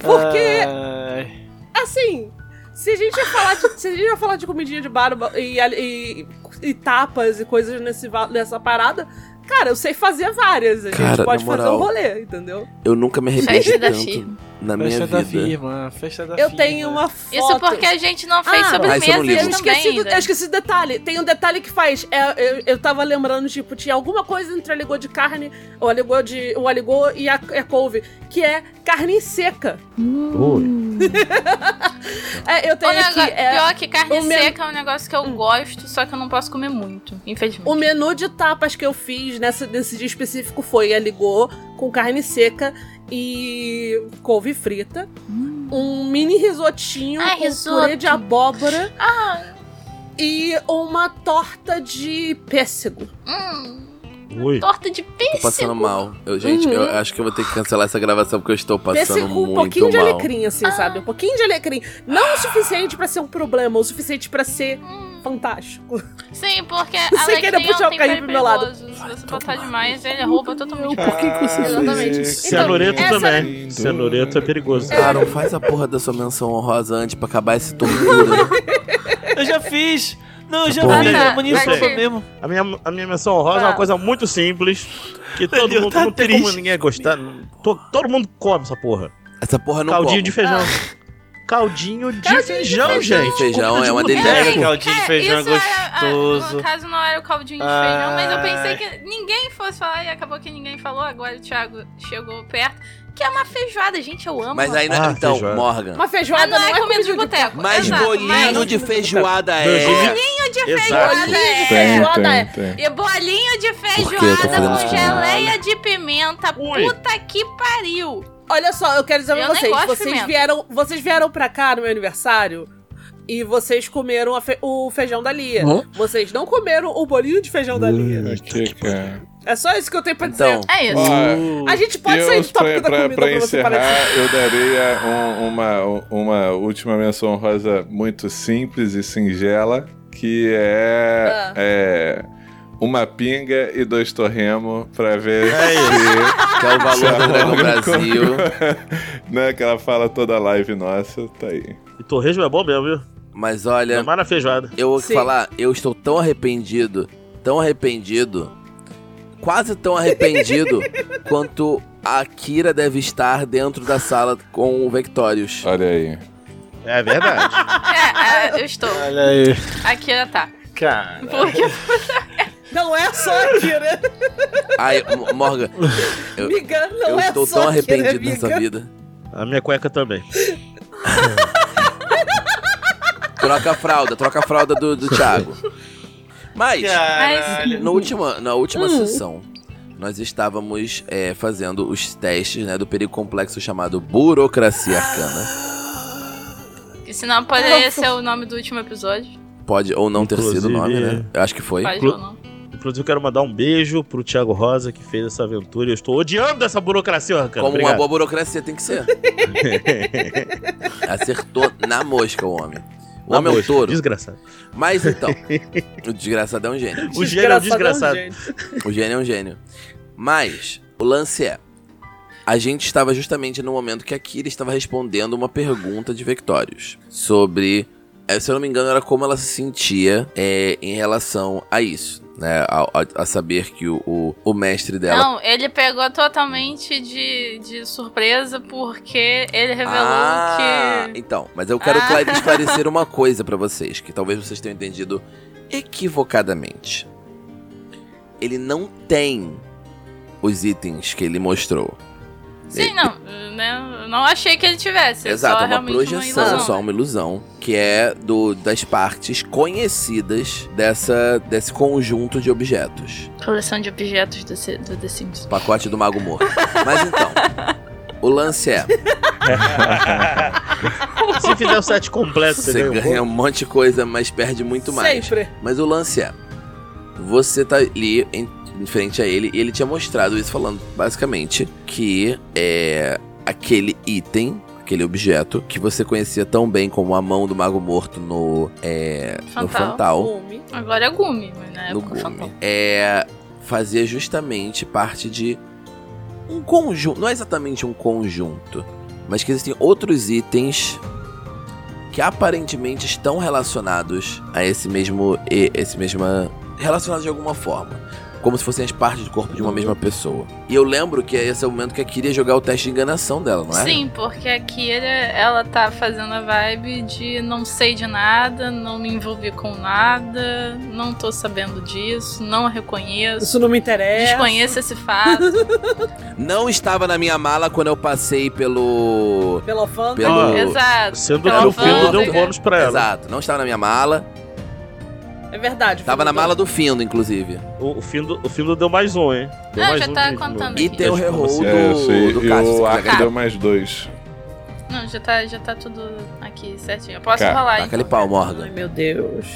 E: Porque,
F: Ai.
E: assim, se a gente ia falar de, se a gente ia falar de comidinha de bar e, e, e tapas e coisas nesse, va- nessa parada, cara, eu sei fazer várias. A gente
A: Cara,
E: pode
A: na
E: fazer
A: moral.
E: um rolê, entendeu?
A: Eu nunca me arrependi
E: é
C: Festa da
A: tanto
C: firma.
A: na minha
F: Festa é da
A: vida.
F: firma. Festa da
E: Eu
F: firma.
E: tenho uma foto.
C: Tá né? Isso é porque a gente não fez
E: Ah,
A: ah, isso eu
C: sobremesa
A: não
C: e
A: ligo.
E: Eu
C: eles também.
E: esqueci, do, eu
C: ainda.
E: esqueci do detalhe. Tem um detalhe que faz. É, eu, eu tava lembrando, tipo, tinha alguma coisa entre o aligô de carne, o aligô, de, o aligô e a, e a couve, que é carne seca. É, eu
C: O
E: tenho aqui.
C: negócio-
E: É,
C: Pior que carne
E: o meu-
C: seca é um negócio que eu gosto, só que eu não posso comer muito, infelizmente.
E: o menu de tapas que eu fiz nessa, nesse dia específico foi aligô com carne seca e couve frita. Um mini risotinho
C: Hum. Ah,
E: com
C: risoto.
E: purê de abóbora
C: Ah,
E: e uma torta de pêssego.
C: hum,
D: Ui.
C: torta de pêssego.
A: Tô passando mal. Eu, gente,
E: é Uhum.
A: eu acho que eu vou ter que cancelar essa gravação porque eu estou passando
E: Pêssego com
A: muito
E: um pouquinho de
A: mal.
E: alecrim, assim,
C: Ah.
E: sabe? Um pouquinho de alecrim. Não o suficiente pra ser um problema, o suficiente pra ser
C: Hum.
E: fantástico.
C: Sim, porque
E: Não sei
C: alecrim
E: quem
C: é
E: ainda puxar
C: um
E: o Caí
C: tempero
E: pro meu lado.
C: perigoso. Se você botar demais, ele rouba totalmente.
A: Por que que você
E: Exatamente. Então,
B: Ai,
F: Então,
D: Cianureto
E: essa-
D: é também. Cianureto é perigoso.
A: Cara, não faz a porra da sua menção honrosa antes pra acabar esse tortura.
F: Eu já fiz. Não, eu já
A: bom.
F: fiz.
C: Ah, tá.
F: É bonito
D: Vai ser.
F: mesmo.
D: A minha, a minha menção honrosa é
E: Ah.
D: uma coisa muito simples. Que todo
F: Daniel
D: mundo
F: tá
D: não tem como
F: triste.
D: ninguém gostar. não- to- todo mundo come essa porra.
A: Essa porra não
D: Caldinho
A: como.
D: de feijão. Caldinho de
E: Caldinho de
D: feijão,
E: feijão.
D: gente.
A: Feijão
D: Comida
A: é
D: de
A: uma
D: boteco.
A: delícia.
F: É, caldinho de feijão é
C: isso era- ah,
F: gostoso.
C: no caso, não era o caldinho de
F: Ai.
C: feijão, mas eu pensei que ninguém fosse falar e acabou que ninguém falou. Agora o Thiago chegou perto. Que é uma feijoada, gente, eu amo.
A: Mas aí, não-
D: Ah,
A: então,
D: feijoada.
A: Morgan.
E: Uma
C: Mas
E: feijoada
C: não, é comida de boteco.
A: Mas
C: exato, mas
A: bolinho de feijoada
D: Bolinho
A: é.
C: bolinho de
D: Exato.
C: feijoada é...
B: Tem,
E: Feijoada é-
B: tem, tem.
C: E bolinho de
A: eu tô
C: feijoada
A: falando
C: com
A: isso?
C: geleia de pimenta.
D: Ui.
C: Puta que pariu.
E: Olha só, eu quero dizer pra
C: Eu nem
E: vocês.
C: gosto de
E: Vocês
C: pimenta.
E: vieram, vocês vieram pra cá no meu aniversário e vocês comeram a fe- o feijão da Lia.
A: Hã?
E: Vocês não comeram o bolinho de feijão da Lia.
B: Aqui, cara.
E: É só isso que eu tenho pra dizer.
A: Hum. Então,
C: É isso.
F: Ah,
B: Ó,
E: A gente pode
B: eu,
E: sair do tópico da
B: pra,
E: comida pra,
B: pra
E: você parar de-
B: encerrar, eu daria um- uma, uma última menção rosa muito simples e singela, que é,
E: Ah.
B: é, uma pinga e dois torremo pra ver
D: É
B: se...
A: que é o valor do Lego Brasil.
B: né, que ela fala toda a live nossa, tá aí.
D: E torresmo é bom mesmo, viu?
A: Mas
D: É.
A: olha,
D: Tomar na feijoada.
A: eu vou
E: Sim.
A: falar, eu estou tão arrependido, tão arrependido, quase tão arrependido quanto a Kira deve estar dentro da sala com o Victorious.
B: Olha aí.
D: É verdade.
C: É, é, eu estou.
F: Olha aí.
C: Aqui ela tá.
F: Cara.
C: Porque
E: Não é só aqui, né?
A: Ai, M- Morgan, Eu-
E: Miga, não
A: eu
E: é
A: estou
E: só
A: tão
E: aqui, né,
A: arrependido
E: miga?
A: nessa vida.
D: A minha cueca também.
A: Troca a fralda, troca a fralda do, do Thiago. Mas,
F: Caralho.
A: na última, na última
E: Hum.
A: sessão, nós estávamos é, fazendo os testes né, do perigo complexo chamado burocracia arcana.
C: se não poderia ser o nome do último episódio.
A: Pode ou não ter sido o nome,
D: Inclusive,
A: né? Eu acho que foi.
C: Pode ou não.
D: Inclusive, eu quero mandar um beijo pro Thiago Rosa, que fez essa aventura. Eu estou odiando essa burocracia, cara.
A: Como uma
D: Obrigado.
A: boa burocracia tem que ser. Acertou na mosca o homem. O homem é um
D: Poxa,
A: touro.
D: Desgraçado.
A: Mas então, o desgraçado é um gênio.
D: O gênio é um desgraçado.
E: Desgraçadão, gente.
A: O gênio é um gênio. Mas, o lance é. A gente estava justamente no momento que a Kira estava respondendo uma pergunta de Vectórios sobre. eh, Se eu não me engano, era como ela se sentia eh, em relação a isso, né? A, a- a saber que o, o, o mestre dela.
C: Não, ele pegou totalmente de, de surpresa porque ele revelou
A: ah,
C: que.
A: Então, mas eu quero
C: Ah.
A: clare- esclarecer uma coisa pra vocês, que talvez vocês tenham entendido equivocadamente. Ele não tem os itens que ele mostrou.
C: Sim, não. Né, eu não achei que ele tivesse.
A: Exato,
C: só
A: é uma
C: realmente
A: projeção,
C: ilusão.
A: só uma ilusão, que é do, das partes conhecidas dessa, desse conjunto de objetos.
C: Coleção de objetos do, C- do The Sims.
A: Pacote do Mago Morto. Mas então, o lance é,
D: Se fizer o set completo, você,
A: você
D: ganha um
A: ganha um monte de coisa, mas perde muito mais.
E: Sempre.
A: Mas o lance é, você tá ali em, em frente a ele e ele tinha mostrado isso falando basicamente que é aquele item, aquele objeto que você conhecia tão bem como a mão do Mago Morto no, é, no
C: Fantau.
A: Fantau.
E: Gume.
C: Agora é Gumi, mas na
A: no
C: época
A: Gume.
C: faltou.
A: É, fazia justamente parte de um conjunto, não é exatamente um conjunto, mas que existem outros itens que aparentemente estão relacionados a esse mesmo e- esse mesma relacionados de alguma forma, como se fossem as partes do corpo de uma mesma pessoa. E eu lembro que esse é o momento que a Kira ia jogar o teste de enganação dela, não é?
C: Sim, porque a Kira, ela tá fazendo a vibe de não sei de nada, não me envolvi com nada, não tô sabendo disso, não reconheço,
E: Isso não
A: É.
E: me interessa.
C: desconheço esse fato.
A: Não estava na minha mala quando eu passei pelo
E: Pela fã.
A: Pelo-
D: Ó,
C: Exato.
D: Sendo
C: Pela
D: que o Findo
A: alfândega.
D: deu um bônus pra ela.
A: Exato, não estava na minha mala,
E: É verdade.
A: estava na
E: Fernando.
A: mala do Findo, inclusive.
D: O, o, Findo, o Findo deu mais um, hein? Deu
C: Ah,
D: mais
C: já
D: um
C: tá
D: de-
C: contando.
A: E tem o reroll do,
B: É isso, e,
A: do
B: e
A: Cássio.
B: o
A: se
B: arco
A: quiser.
B: deu mais dois.
C: Não, já tá, já tá tudo aqui certinho. Eu posso
B: Cara,
C: falar,
A: Taca ali
C: então.
A: pau, Morgan.
E: Ai, meu Deus.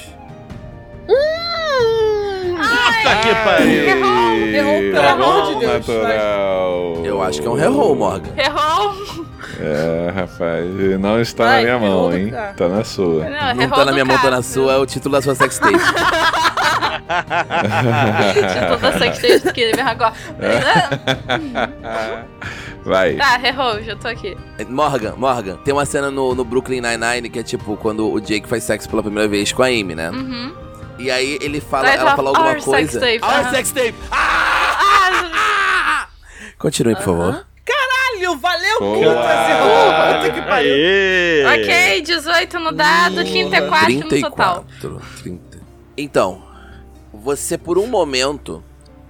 D: Puta que pariu!
E: Errou, errou, pelo
B: Errou
E: amor de Deus,
B: Tá Natural.
A: Eu acho que é um reroll, Morgan.
C: Errou!
B: É, rapaz, e não está
E: Vai,
B: na minha mão,
E: errou do
B: hein?
E: cara.
B: Tá na sua.
C: Não,
A: Não
C: errou
A: tá
C: Ah, do
A: na minha mão, tá na
C: Cássio.
A: sua, é o título da sua sextape.
C: De toda sexta do que agora.
A: É.
B: Vai.
C: Tá, errou, já tô aqui.
A: Morgan, Morgan, tem uma cena no, no Brooklyn Nine-Nine que é tipo quando o Jake faz sexo pela primeira vez com a Amy, né?
C: Uhum.
A: E aí ele fala,
C: Right
A: ela
C: off
A: fala alguma
C: our
A: coisa.
C: sextape,
A: Our
C: aham.
A: sextape!
C: Ah,
A: Continue, por favor.
E: Caralho, valeu
B: Boa.
E: muito esse
A: É,
E: roubo. Puta que pariu.
D: Aê!
C: ok, 18 no dado,
A: Hum,
C: 34, no total.
A: 34, 30. Então, você por um momento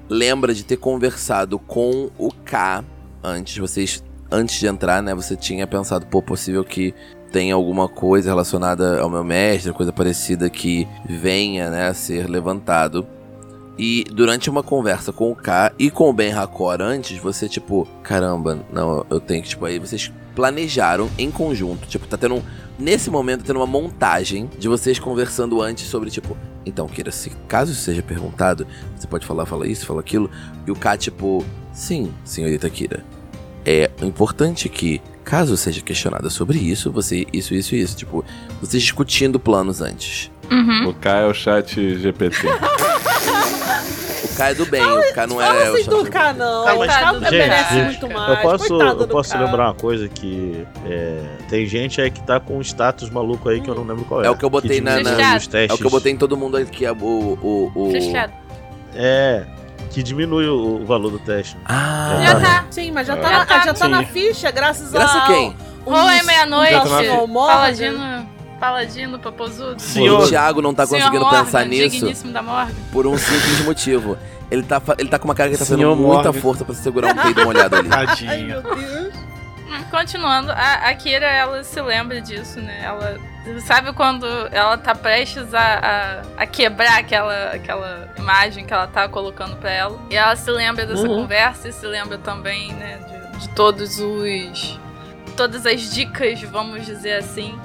A: lembra de ter conversado com o K antes, vocês antes de entrar, né? Você tinha pensado, pô, possível que tenha alguma coisa relacionada ao meu mestre, coisa parecida que venha, né, a ser levantado. E durante uma conversa com o K e com o Ben Hakor antes, você tipo, caramba, não, eu tenho que, tipo, aí vocês planejaram em conjunto, tipo, tá tendo um, nesse momento tá tendo uma montagem de vocês conversando antes sobre tipo, então, Kira, se caso isso seja perguntado, você pode falar, fala isso, fala aquilo, e o K tipo, sim, senhorita Kira. É importante que, caso seja questionada sobre isso, você isso, isso, e isso, tipo, vocês discutindo planos antes.
C: Uhum.
B: O K é o chat GPT.
A: O K é do bem, o K não
E: Fala
A: é o
E: assim
A: chato
E: do K, não.
D: Tá,
E: O
D: mas-
E: K
D: gente,
E: merece
D: gente,
E: muito mais.
D: Eu posso,
E: Coitado
D: eu
E: do
D: posso
E: K.
D: lembrar uma coisa que é, tem gente aí que tá com um status maluco aí que eu não lembro qual é.
A: É o que eu botei na-
D: diminui
C: na-
D: os testes.
A: É o que eu botei em todo mundo aqui, é o. o, o...
C: Fechado.
D: É, que diminui o, o valor do teste.
A: Ah,
C: Já tá.
E: Sim, mas já
B: Ah.
E: tá,
C: Já
E: na,
C: tá.
E: já tá na
F: Sim.
E: ficha, graças,
A: Graças
E: a. um
A: a quem?
C: Ou é meia-noite,
B: Já tá
E: Paladino.
C: paladino, paladino, papozudo.
F: Senhor.
A: O Thiago não tá
C: Senhor
A: conseguindo
C: Morgan,
A: pensar nisso
C: digníssimo da Morgan.
A: por um simples motivo. Ele tá, fa- ele tá com uma cara que tá fazendo
F: Senhor
A: muita
F: Morgan.
A: força pra segurar um peido molhado ali.
E: Ai,
F: Tadinho.
E: meu Deus.
C: Hum, Continuando, a, a Kira, ela se lembra disso, né? Ela sabe quando ela tá prestes a, a, a quebrar aquela, aquela imagem que ela tá colocando pra ela. E ela se lembra dessa
E: Uhum.
C: conversa e se lembra também, né, de, de todos os... Todas as dicas, vamos dizer assim.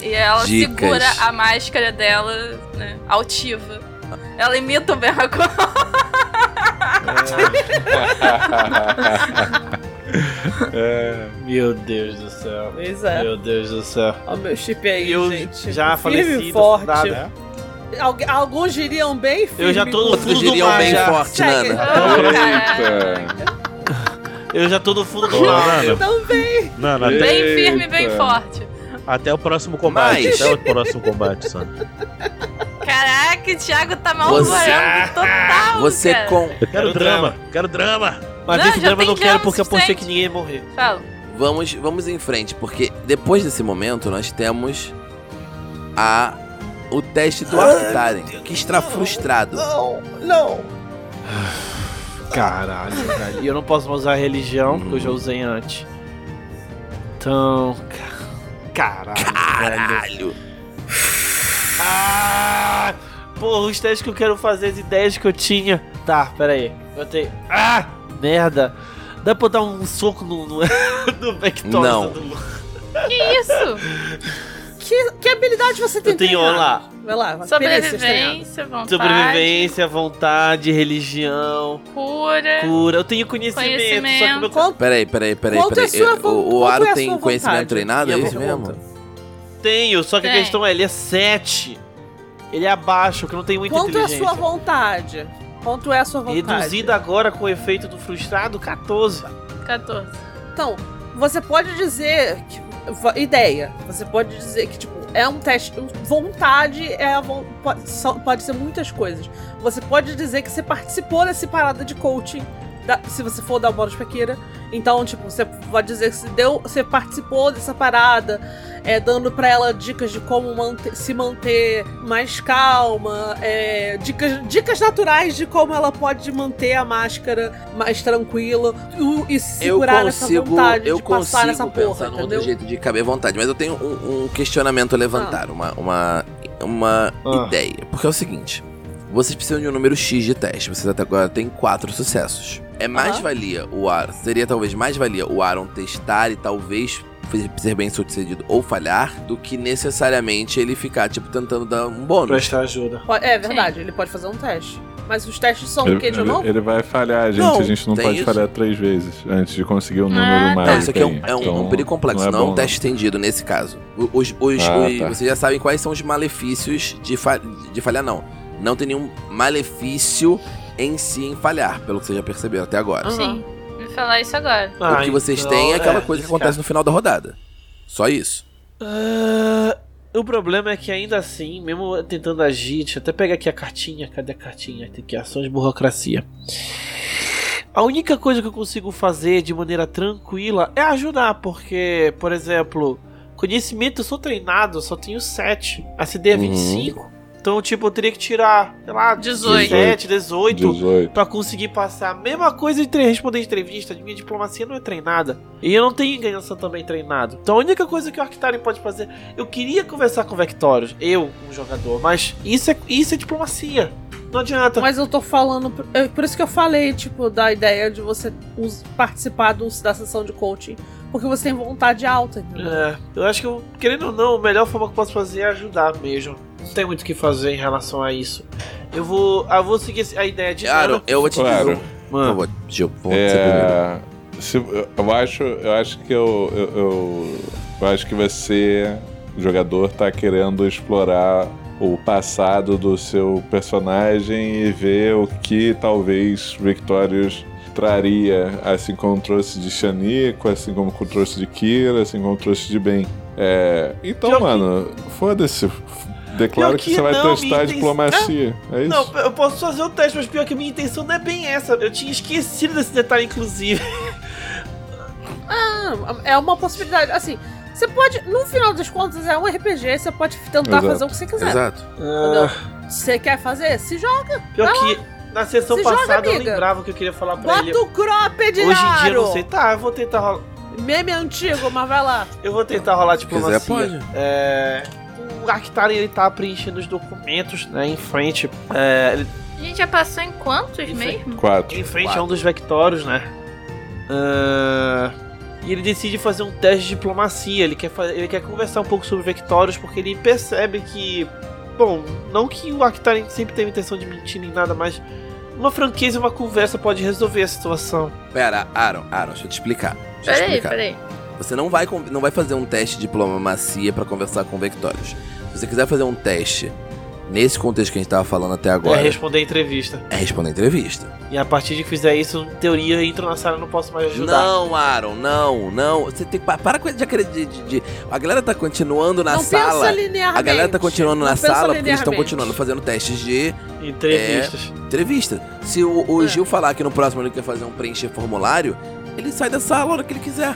C: E ela
A: Dicas.
C: segura a máscara dela, né, altiva. Ela imita o Berracor.
F: Meu Deus do céu.
E: Pois é.
F: Meu Deus do céu.
E: Ó, meu chip aí,
F: eu
E: gente.
F: já
E: Firme e
F: falecido,
E: forte.
F: afundado, né?
E: Algu- Alguns diriam bem firme.
F: Eu já tô no
E: com-
F: fundo
A: Outros
F: do
A: diriam
F: mar,
A: bem
F: já.
A: forte,
E: Segue.
A: Nana.
C: Caraca.
F: Eu já tô no fundo do
D: Ô,
F: mar.
E: Então,
D: Nana,
E: Também.
D: Nana,
B: Eita.
D: até,
C: Bem firme, bem
B: Eita.
C: forte.
D: até o próximo combate.
A: Mas-
D: Até o próximo combate, Sandra.
C: Caraca, o Thiago tá mal
A: Você-
C: humorando total.
A: Você
C: cara.
A: com.
D: Eu quero drama, quero drama.
F: Mas
C: Não,
F: esse
C: já
F: drama eu não
C: tem
F: quero
C: já o
F: porque eu postei
C: suficiente.
F: que ninguém ia morrer.
C: Fala.
A: Vamos, vamos em frente, porque depois desse momento nós temos a o teste do Arctaren, que está frustrado.
E: Não, não.
F: Caralho, velho. E eu não posso mais usar a religião, porque eu já usei antes. Então. ca- Caralho. velho.
A: Caralho!
F: Ah! Porra, os testes que eu quero fazer, as ideias que eu tinha. Tá, pera aí. Botei. Ah! Merda! Dá pra eu dar um soco no. no, no Vector?
A: Não.
F: Do...
C: Que isso?
E: Que, que habilidade você tem?
F: Eu tenho
E: treinado?
F: lá.
E: Vai lá, vai. perícias treinadas.
C: Sobrevivência, vontade,
F: Sobrevivência, vontade, religião,
E: É.
C: cura.
F: cura. Eu tenho conhecimento, só que o meu
E: Quanto-
A: Peraí, peraí, peraí,
E: Quanto
A: peraí.
E: é sua vo-
A: o, o
E: quanto
A: Aro
E: é a
A: tem
E: sua
A: conhecimento
E: vontade?
A: treinado, é
F: E a
A: isso mesmo?
F: Tenho, só que a
C: Tem.
F: questão é, ele é 7. Ele é abaixo, que eu não tem muita
E: Quanto é a
F: inteligência.
E: sua vontade? Quanto é a sua vontade?
F: Reduzida agora com o efeito do frustrado, 14.
C: 14.
E: Então, você pode dizer. que- va- ideia. Você pode dizer que, tipo, é um teste. Vontade é a von- pode, são- pode ser muitas coisas. Você pode dizer que você participou dessa parada de coaching. da- se você for dar o bônus pra Kira. Então, tipo, você pode dizer que você, deu, você participou dessa parada, é, dando pra ela dicas de como mante- se manter mais calma, é, dicas, dicas naturais de como ela pode manter a máscara mais tranquila e, e
A: Eu
E: segurar essa
A: consigo,
E: vontade
A: eu
E: de passar essa
A: consigo
E: porra,
A: pensar num outro
E: entendeu?
A: jeito de caber à vontade, mas eu tenho um, um questionamento a
E: Ah.
A: levantar, uma, uma, uma
F: Ah.
A: ideia. Porque é o seguinte, vocês precisam de um número X de teste, vocês até agora têm quatro sucessos. É mais valia o Aaron, seria talvez mais valia o Aaron testar e talvez ser- ser bem sucedido ou falhar, do que necessariamente ele ficar, tipo, tentando dar um bônus.
F: Prestar ajuda.
E: Po- É verdade, ele pode fazer um teste. Mas os testes são o
B: Ele,
E: quê de novo?
B: ele- ele vai falhar, gente.
A: Não,
B: a gente não
A: tem
B: pode
A: isso.
B: falhar três vezes antes de conseguir um número
C: Ah, tá.
B: mágico.
A: Não, isso aqui é um,
B: aí.
A: é um-
B: Então,
A: um perigo complexo, não, é um
B: bom,
A: teste estendido nesse caso. O- Os, os-
B: Ah,
A: os-
B: tá.
A: Vocês já sabem quais são os malefícios de, fa- de falhar, não. Não tem nenhum malefício em si em falhar, pelo que vocês já perceberam até
F: Ah.
A: agora.
E: Aham.
C: Sim, vou falar isso agora.
A: o que vocês
F: então,
A: têm é aquela coisa que acontece no final da rodada. Só isso.
F: Ah, o problema é que ainda assim, mesmo tentando agir, deixa eu até pegar aqui a cartinha, cadê a cartinha? Tem aqui, ações de burocracia. A única coisa que eu consigo fazer de maneira tranquila é ajudar, porque, por exemplo, conhecimento eu sou treinado, eu só tenho 7, a CD é
A: Uhum.
F: 25. Então, tipo, eu teria que tirar, sei lá,
C: 18.
F: 17, 18,
B: 18.
F: Pra conseguir passar a mesma coisa de tre- responder entrevista. Minha diplomacia não é treinada. E eu não tenho enganhação também treinado. Então a única coisa que o Arctaren pode fazer. Eu queria conversar com o Vectorius, eu, um jogador, mas isso é, isso é diplomacia. Não adianta.
E: Mas eu tô falando. é Por isso que eu falei, tipo, da ideia de você us- participar do- da sessão de coaching. Porque você tem vontade alta, entendeu?
F: É, eu acho que, eu, querendo ou não, a melhor forma que eu posso fazer é ajudar mesmo. Não tem muito o que fazer em relação a isso. Eu vou. Eu vou seguir esse- a ideia de.
A: Claro, eu vou te dizer.
B: Claro.
A: um- Por
F: Mano,
A: favor, Gil, vou você primeiro.
B: É, se- eu acho, eu acho que eu, eu, eu- eu acho que você, jogador, tá querendo explorar o passado do seu personagem e ver o que talvez Victorious traria, assim como trouxe de Shanico, assim como trouxe de Kira, assim como trouxe de Ben. É, então,
F: Pior que-
B: mano, foda-se. F- Declaro
F: Pior
B: que,
F: que
B: você vai
F: não,
B: testar
F: minha
B: a
F: intenção-
B: diplomacia. É, isso.
F: Não, eu posso fazer o teste, mas pior que a minha intenção não é bem essa. Eu tinha esquecido desse detalhe, inclusive.
E: Ah, é uma possibilidade. Assim, você pode. No final das contas, é um RPG, você pode tentar
B: Exato.
E: fazer o que você quiser.
A: Exato.
E: Entendeu? Você quer fazer? Se joga.
F: Pior que na sessão
E: Se joga,
F: passada eu
E: amiga.
F: lembrava o que eu queria falar pra ele.
E: Bota o cropped,
F: Hoje em dia
E: Laro!
F: eu não sei. Tá, eu vou tentar rolar.
E: Meme antigo, mas vai lá.
F: Eu vou tentar rolar
A: Se quiser,
F: diplomacia.
A: pode.
F: É, O Arctaren ele tá preenchendo os documentos, né? Em frente. É, ele-
C: A gente já passou em quantos
F: Isso aí.
C: mesmo?
B: Quatro.
F: em frente a um dos Vectoros, né? Ah, E ele decide fazer um teste de diplomacia. Ele quer, fa- ele quer conversar um pouco sobre Vectoros porque ele percebe que. Bom, não que o Arctaren sempre teve intenção de mentir nem nada, mas Uma franqueza e uma conversa pode resolver a situação.
A: Pera, Aaron, Aaron, deixa eu te explicar. Deixa eu te
C: Peraí,
A: explicar.
C: peraí.
A: Você não vai, con- não vai fazer um teste de diplomacia pra conversar com Vectorius. Se você quiser fazer um teste nesse contexto que a gente tava falando até agora,
F: É
A: é,
F: responder a entrevista.
A: responder a entrevista.
F: E a partir de que fizer isso, em teoria, eu entro na sala e não posso mais ajudar.
A: Não, Aaron, não, não. Você tem que. pa- Para com isso de acreditar. De, de- A galera tá continuando na
E: não
A: sala.
E: pensa linearmente.
A: a galera tá continuando
E: Não
A: na
E: pensa
A: sala porque eles estão
E: linearmente.
A: continuando fazendo testes de
F: Entrevistas.
A: entrevista. Se o, o
E: É.
A: Gil falar que no próximo ele quer fazer um preencher formulário, ele sai da sala a hora que ele quiser.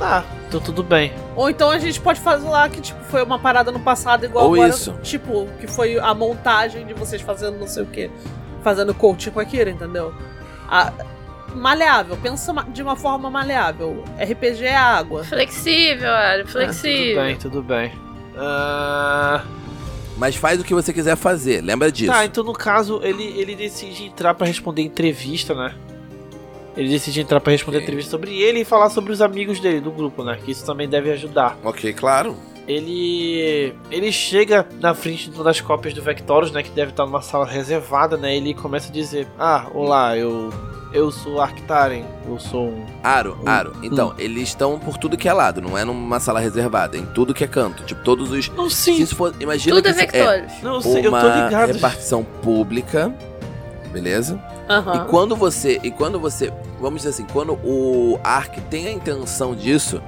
F: Tá, então tudo bem.
E: Ou então a gente pode fazer lá que tipo, foi uma parada no passado igual
A: Ou
E: agora.
A: isso.
E: Tipo, que foi a montagem de vocês fazendo não sei o quê. Fazendo coaching com a Kira, entendeu? A- maleável, pensa ma- de uma forma maleável. RPG é água.
C: Flexível, Ari,
F: Ah, Tudo
C: flexível.
F: bem, tudo bem. Ah,
A: Mas faz o que você quiser fazer, lembra disso.
F: Tá, então no caso, ele, ele decide entrar pra responder entrevista, né? Ele decide entrar pra responder
A: Ok.
F: entrevista sobre ele e falar sobre os amigos dele, do grupo, né? Que isso também deve ajudar.
A: Ok, claro.
F: ele ele chega na frente de uma das cópias do Vectorus, né, que deve estar numa sala reservada, né, ele começa a dizer, ah, olá, eu eu sou Arctaren, eu sou um...
A: Aro,
F: Hum,
A: Aro. Então, eles estão por tudo que é lado, não é numa sala reservada, é em tudo que é canto. Tipo, todos os.
F: Não
A: Se
F: sei,
A: isso for. Imagina
C: Tudo é
A: que isso
C: vectores.
F: não sei, eu tô
A: uma
F: ligado.
A: repartição pública. Beleza?
E: Aham.
A: E quando você. E quando você. Vamos dizer assim, quando o Ark tem a intenção disso,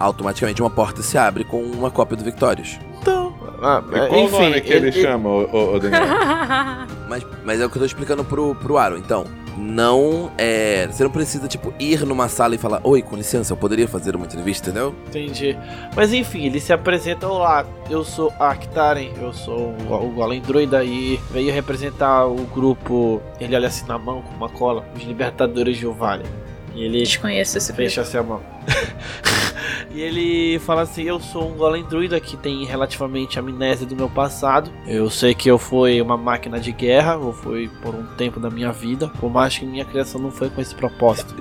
A: automaticamente uma porta se abre com uma cópia do Victorious.
F: Então, ah,
B: E qual
F: enfim,
B: é o nome que ele, chama, ô, ô- ô
A: É.
B: Daniel?
A: Mas, mas é o que eu tô explicando pro, pro Aro. Então, não é. Você não precisa, tipo, ir numa sala e falar, oi, com licença, eu poderia fazer uma entrevista, entendeu?
F: Entendi. Mas enfim, ele se apresenta, olá, eu sou Arctaren, eu sou o, o Golem Druida e veio representar o grupo, ele olha assim na mão com uma cola, os Libertadores de Ovalha. E ele
C: Desconheço esse bicho.
F: Fecha-se a mão. e ele fala assim: Eu sou um golem druida que tem relativamente amnésia do meu passado. Eu sei que eu fui uma máquina de guerra, ou fui por um tempo da minha vida, por mais que minha criação não foi com esse propósito.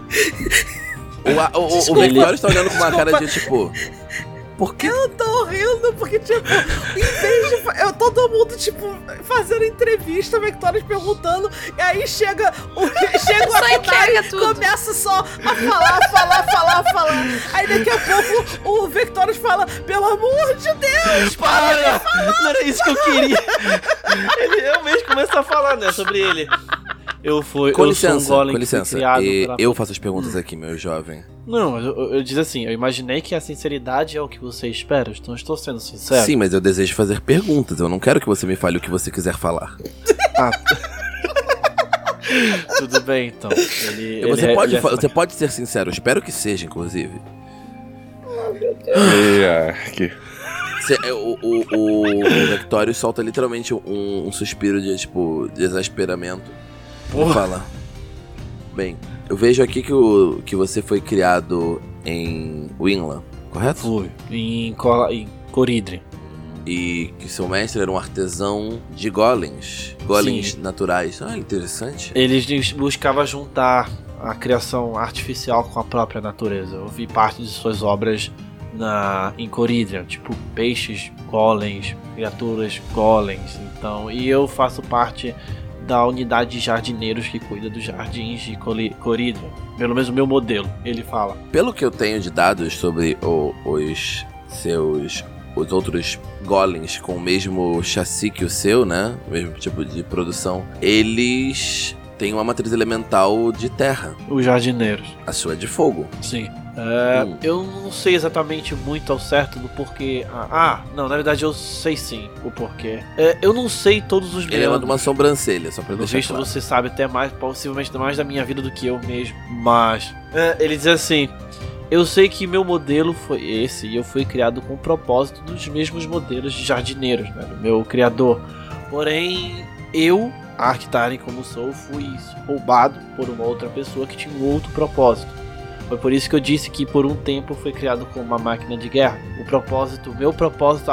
A: O, a- o, o- o
E: Desculpa.
A: Victorious tá olhando com uma cara de tipo. Por que
E: Eu tô rindo porque, tipo, em vez de. fa- Eu, todo mundo, tipo, fazendo entrevista, Victorious perguntando, e aí chega o, chega o
C: Só
E: Akitari
C: entrega tudo.
E: começa só a falar, falar, falar, falar. Aí daqui a pouco o Victorious fala, pelo amor de Deus!
F: Para! Não era isso que eu queria! ele realmente começa a falar, né, sobre ele. Eu fui.
A: Com
F: eu
A: licença,
F: sou um golem
A: com
F: que fui
A: licença.
F: criado Hum.
A: E
F: pra-
A: eu faço as perguntas aqui, meu jovem.
F: Não, mas eu, eu, eu diz assim, eu imaginei que a sinceridade é o que você espera, então eu estou sendo sincero.
A: Sim, mas eu desejo fazer perguntas. Eu não quero que você me fale o que você quiser falar.
F: Tudo bem, então. Ele, ele-
A: você, pode,
F: ele- é assim.
A: fa- você pode ser sincero. eu Espero que seja, inclusive.
B: E, ah, que-
A: Você- é, o, o, o, o Victorious solta literalmente um, um suspiro de, tipo, de exasperamento. E
F: Porra.
A: fala... Bem, eu vejo aqui que, o, que você foi criado em Winland, correto?
F: Fui. Em, Cola- em Coridre.
A: E que seu mestre era um artesão de golems. Golems naturais. Ah, interessante.
F: Eles buscavam juntar a criação artificial com a própria natureza. Eu vi parte de suas obras na em Coridria, tipo peixes, golems, criaturas, golems. Então, e eu faço parte da unidade de jardineiros que cuida dos jardins de Coli- Coridria. Pelo menos o meu modelo, ele fala.
A: Pelo que eu tenho de dados sobre o- os seus. os outros golems com o mesmo chassi que o seu, né? O mesmo tipo de produção, eles têm uma matriz elemental de terra.
F: Os jardineiros.
A: A sua é de fogo.
F: Sim. É,
A: Hum.
F: Eu não sei exatamente muito ao certo do porquê. Ah, ah, não, na verdade eu sei sim o porquê. É, eu não sei todos os
A: Ele é uma
F: meandros.
A: de uma sobrancelha, só pra
F: Pelo
A: deixar
F: visto
A: claro.
F: você sabe até mais, possivelmente mais da minha vida do que eu mesmo. Mas é, ele diz assim: Eu sei que meu modelo foi esse e eu fui criado com o propósito dos mesmos modelos de jardineiros, né, do meu criador. Porém, eu, Arctaren como sou, fui roubado por uma outra pessoa que tinha um outro propósito. Foi por isso que eu disse que por um tempo eu fui criado como uma máquina de guerra. O propósito, meu propósito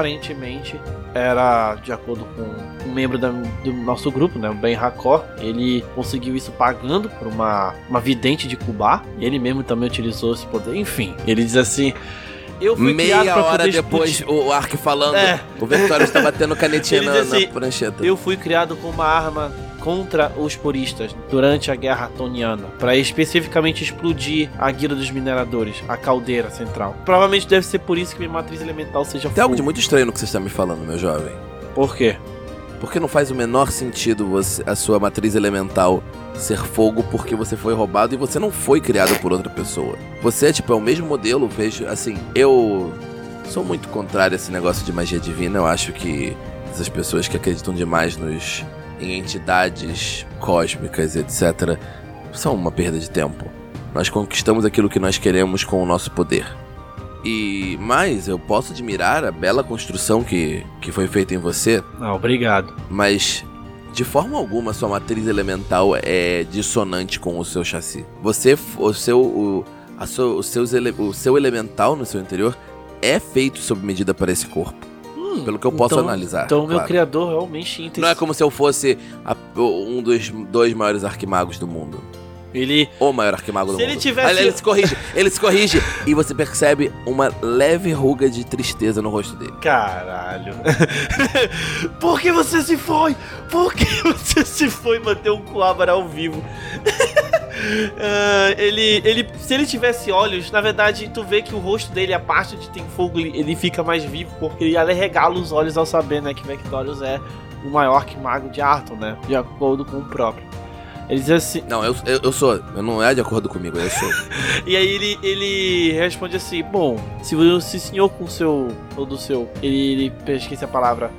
F: aparentemente era de acordo com um membro da- do nosso grupo, né, o Ben Hakor, ele conseguiu isso pagando por uma, uma vidente de Cuba, e ele mesmo também utilizou esse poder. Enfim, ele diz assim: Eu fui criado
A: Meia
F: pra
A: hora
F: poder
A: depois,
F: explodir-
A: o Ark falando.
F: É.
A: O Victorious tá batendo canetinha
F: Ele
A: na,
F: diz assim,
A: na prancheta.
F: Eu fui criado com uma arma contra os puristas durante a Guerra Toniana, para especificamente explodir a guilda dos mineradores, a caldeira central. Provavelmente deve ser por isso que minha matriz elemental seja
A: Tem algo de
F: fogo.
A: muito estranho no que você está me falando, meu jovem.
F: Por quê?
A: Porque não faz o menor sentido você- a sua matriz elemental ser fogo porque você foi roubado e você não foi criado por outra pessoa. Você, tipo, é o mesmo modelo, vejo, assim, eu sou muito contrário a esse negócio de magia divina, eu acho que essas pessoas que acreditam demais nos em entidades cósmicas, etc, são uma perda de tempo. Nós conquistamos aquilo que nós queremos com o nosso poder. E mais, eu posso admirar a bela construção que, que foi feita em você,
F: Não, Ah, obrigado.
A: mas de forma alguma sua matriz elemental é dissonante com o seu chassi. Você, f- o seu, o, a seu, os seus ele- o seu elemental no seu interior é feito sob medida para esse corpo, pelo que eu posso
F: Então-
A: analisar.
F: Então, meu
A: claro.
F: criador realmente tinha
A: Não é
F: intenção.
A: como se eu fosse a- um dos dois maiores arquimagos do mundo.
F: Ele.
A: O maior arquimago do
F: Se
A: mundo.
F: ele tivesse-
A: Ele, ele se corrige, ele se corrige. E você percebe uma leve ruga de tristeza no rosto dele.
F: Caralho. Por que você se foi? Por que você se foi manter o Coabra ao vivo? Ah, ele, ele, se ele tivesse olhos, na verdade, tu vê que o rosto dele, a parte onde tem fogo, ele, ele fica mais vivo, porque ele ele regala os olhos ao saber, né, que Vectorius é o maior que mago de Arton, né, de acordo com o próprio. Ele diz assim,
A: Não, eu, eu, eu sou. Não é de acordo comigo, eu sou.
F: E aí ele, ele responde assim: Bom, se o se o senhor com o seu. ou do seu. Ele, ele esqueci a palavra.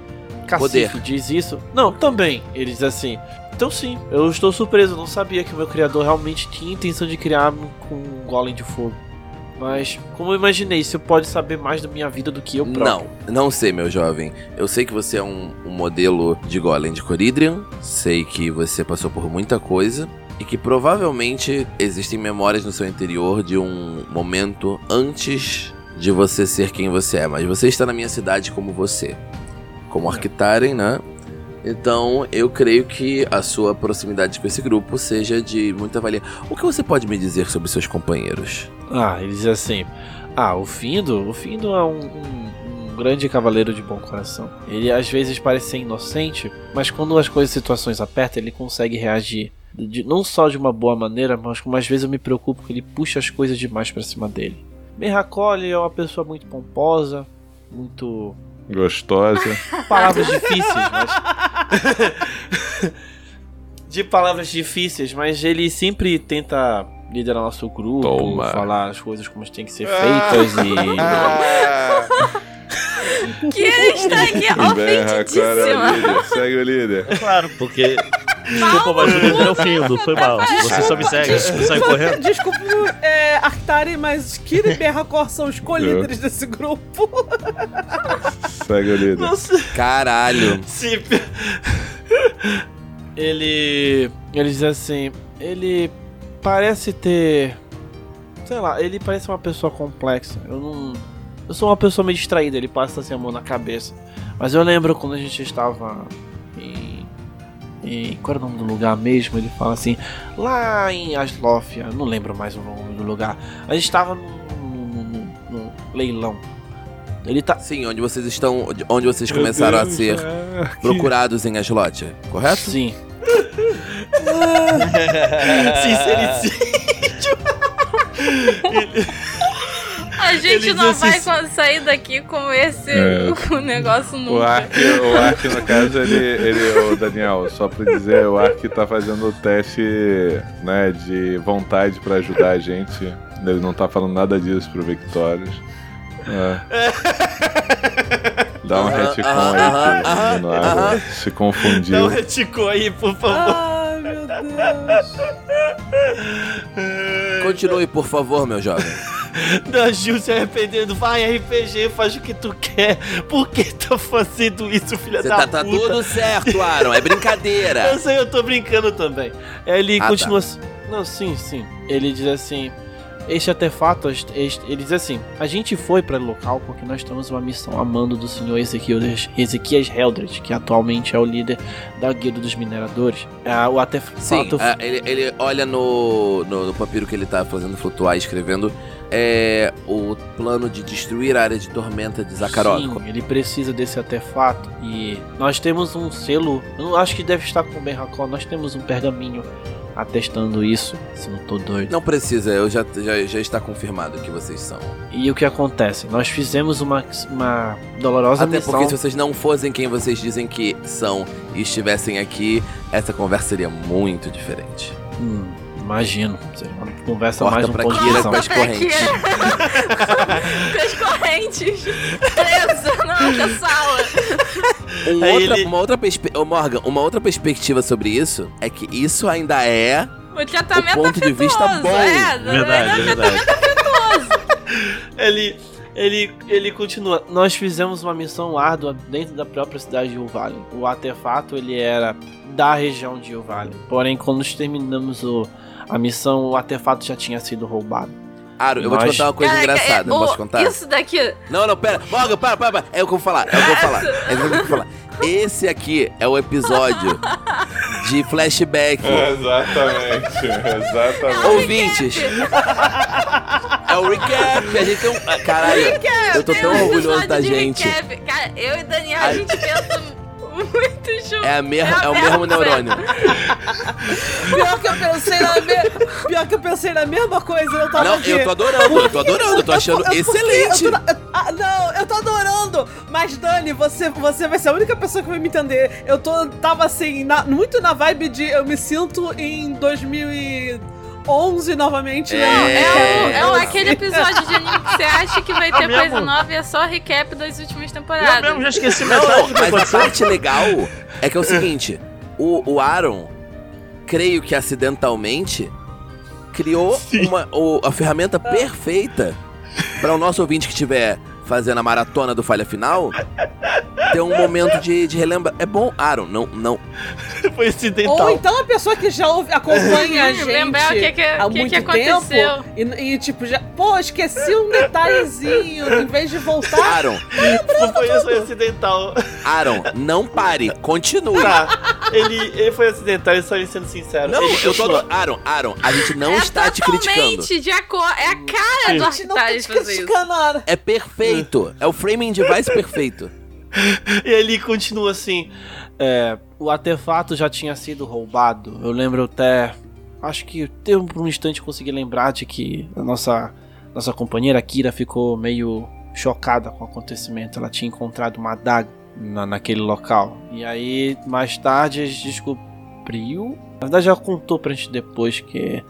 F: Cacique
A: Poder.
F: diz isso. Não, também. Ele diz assim. Então sim, eu estou surpreso, eu não sabia que o meu criador realmente tinha intenção de criar um- com um golem de fogo. Mas, como eu imaginei, você pode saber mais da minha vida do que eu próprio.
A: Não, não sei, meu jovem. Eu sei que você é um, um modelo de Golem de Coridrian. Sei que você passou por muita coisa. E que provavelmente existem memórias no seu interior de um momento antes de você ser quem você é. Mas você está na minha cidade como você.
F: É.
A: Como Arctaren, né? Então, eu creio que a sua proximidade com esse grupo seja de muita valia. O que você pode me dizer sobre seus companheiros?
F: Ah, ele diz assim: Ah, o Findo, o Findo é um, um- um grande cavaleiro de bom coração. Ele às vezes parece ser inocente, mas quando as coisas, situações apertam, ele consegue reagir. De- não só de uma boa maneira, mas como às vezes eu me preocupo que ele puxa as coisas demais pra cima dele. Merracoli é uma pessoa muito pomposa, muito.
B: Gostosa.
F: Palavras difíceis, mas de palavras difíceis, mas ele sempre tenta liderar nosso grupo,
B: Toma.
F: falar as coisas como têm que ser feitas e.
B: Ah,
C: Que ele está aqui
B: berra, cara, é o
C: ofendidíssima.
B: líder. Segue o líder.
D: É claro, porque. Desculpa, mas o livro é o fim, foi mal. Você só me segue, você sai correndo.
E: Desculpa, é, Artari, mas Kira e Berracor são os
A: É.
E: colíderes desse grupo.
B: Segue o líder.
F: Nossa,
A: Caralho!
F: se... ele. Ele diz assim. Ele parece ter. Sei lá, ele parece uma pessoa complexa. Eu não. Eu sou uma pessoa meio distraída, ele passa assim a mão na cabeça. Mas eu lembro quando a gente estava em. em qual era o nome do lugar mesmo? Ele fala assim. Lá em Aslófia, eu não lembro mais o nome do lugar. A gente estava num, num- num- num leilão. Ele tá.
A: Sim, onde vocês estão. Onde vocês começaram a ser procurados em Aslot, correto?
F: é. Sim.
D: É
F: Sincericídio.
C: A gente
F: Ele
C: não
F: diz
C: vai
F: assim-
C: sair daqui com esse
B: É.
C: com o negócio
B: O
C: nunca.
B: Ark, o Ark, no caso, ele, ele o Daniel, só pra dizer, o Ark tá fazendo o teste né, de vontade pra ajudar a gente. Ele não tá falando nada disso pro Victorious. É. Dá um
A: Aham,
B: retcon
A: aham,
B: aí pro
A: aham,
B: menino
A: aham.
B: Ark. Se
F: Dá um
B: confundiu.
F: reticô aí, por favor.
E: Ai, meu Deus.
A: Continue, por favor, meu jovem.
F: Da Gil se arrependendo. Vai, RPG, faz o que tu quer. Por que tá fazendo isso, filha
A: Você
F: da
A: tá,
F: puta?
A: tá tudo certo, Aaron. É brincadeira.
F: Eu sei, eu tô brincando também. Ele
A: Ah,
F: continua assim. Não, sim, sim. Ele diz assim. Este artefato, este- este- ele diz assim: A gente foi para o local porque nós temos uma missão a mando do senhor Ezequias, Ezequias Heldred, que atualmente é o líder da Guilda dos Mineradores. Ah, o
A: Sim, é,
F: artefato.
A: ah, ele, ele olha no, no, no papiro que ele tá fazendo flutuar, escrevendo. é, o plano de destruir a área de tormenta de Zakharov.
F: Sim, ele precisa desse artefato. E nós temos um selo. Eu acho que deve estar com o Ben Hakor. Nós temos um pergaminho atestando isso. Se não tô doido.
A: Não precisa, eu já, já, já está confirmado que vocês são.
F: E o que acontece? Nós fizemos uma, uma dolorosa
A: Até
F: missão.
A: porque se vocês não fossem quem vocês dizem que são e estivessem aqui, essa conversa seria muito diferente.
F: Hum, imagino. Seria uma conversa
A: Corta
F: mais um
A: pra
F: ponto de
A: Kira
F: visão.
A: com as correntes.
C: Com as correntes. Presa na outra sala.
A: Um
F: Aí
A: outra-
F: ele-
A: Uma outra perspectiva. Morgan, uma outra perspectiva sobre isso é que isso ainda é.
C: O tratamento
A: O ponto de vista
C: afetuoso,
A: bom.
C: É,
D: Verdade, verdade.
F: Ele, ele, ele continua. Nós fizemos uma missão árdua dentro da própria cidade de Uvalin. O artefato ele era da região de Uvalin. Porém, quando nós terminamos o- a missão, o artefato já tinha sido roubado.
A: Aro, eu vou te
F: Nós-
A: contar uma coisa
C: Caraca, é,
A: engraçada.
C: o-
A: Posso contar?
C: Isso daqui.
A: Não, não, pera. Morgan, para, para, para. É o que eu vou falar. É o que eu vou falar. É o que eu vou falar. Esse aqui é o episódio de flashback.
F: É.
B: Exatamente, exatamente.
A: Ouvintes, é o recap. A gente tem um. ah, Caralho, eu tô tão
C: Tem um
A: orgulhoso
C: episódio
A: da
C: de
A: gente.
C: recap. Cara, eu e Daniel, a
A: Ai.
C: gente pensa muito junto.
A: É, a mesma,
C: É a
A: é o
C: mesma
A: mesmo neurônio.
E: Pior que eu pensei na me... Pior que eu pensei na mesma coisa, eu tava
A: Não,
E: aqui.
A: eu tô adorando, eu tô adorando, eu tô achando
E: Eu- eu-
A: excelente.
E: eu tô- eu- ah, não, eu tô adorando. Mas, Dani, você, você vai ser a única pessoa que vai me entender. Eu tô, tava assim, na- muito na vibe de eu me sinto em 2011 novamente. né?
A: É,
C: É, o- é o-
A: eu-
C: aquele episódio de anime que você acha que vai
D: É
C: ter coisa
D: mesmo?
C: nova e é só recap das
A: É
C: últimas
D: Eu
C: temporadas.
D: mesmo já esqueci
A: Não,
D: metade do que
A: mas a
D: aconteceu.
A: parte legal é que é o seguinte: o, o Aaron, creio que acidentalmente, criou uma, o- a ferramenta perfeita para o nosso ouvinte que estiver fazendo a maratona do falha final ter um momento de, de relembrar. É bom, Aaron, não, não.
D: Foi
E: Ou
D: incidental.
E: então a pessoa que já ouve- acompanha a gente
C: Uhum. Lembrar o que, que,
E: há
C: o que,
E: muito
C: que aconteceu.
E: tempo e, e, tipo, já, pô, esqueci um detalhezinho, em vez de voltar,
A: Aaron,
D: Não foi isso, foi incidental.
A: Aaron, não pare, continue.
D: Tá.
F: Ele, ele foi acidental, ele só ele sendo sincero.
A: Não,
F: ele
A: eu tô.
F: continua.
A: adorando. Aaron, Aaron, a gente não
C: é
A: está te criticando.
C: totalmente de acordo. É a cara do
E: a gente não tá
C: Arctares
E: te
C: fazer isso.
E: criticando, Ana.
A: É perfeito. É o framing device perfeito.
F: E ele continua assim: é, o artefato já tinha sido roubado. Eu lembro até. Acho que teve por um instante eu consegui lembrar de que a nossa, nossa companheira Kira ficou meio chocada com o acontecimento. Ela tinha encontrado uma adaga na, naquele local. E aí, mais tarde, a gente descobriu. Na verdade, ela contou pra gente depois que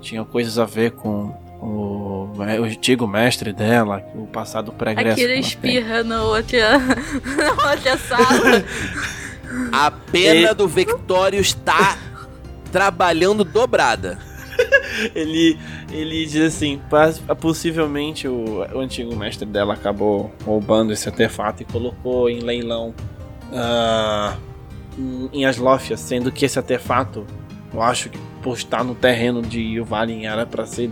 F: tinha coisas a ver com. O, o antigo mestre dela, o passado pregresso.
C: A
F: que
C: Kira
F: ela tem.
C: espirra na outra, na outra sala.
A: A pena do Victório está trabalhando dobrada.
F: ele, ele diz assim: "Pas- possivelmente o, o antigo mestre dela acabou roubando esse artefato e colocou em leilão ah, em- em Aslófia, sendo que esse artefato, eu acho que por estar no terreno de Yuvalin era pra ser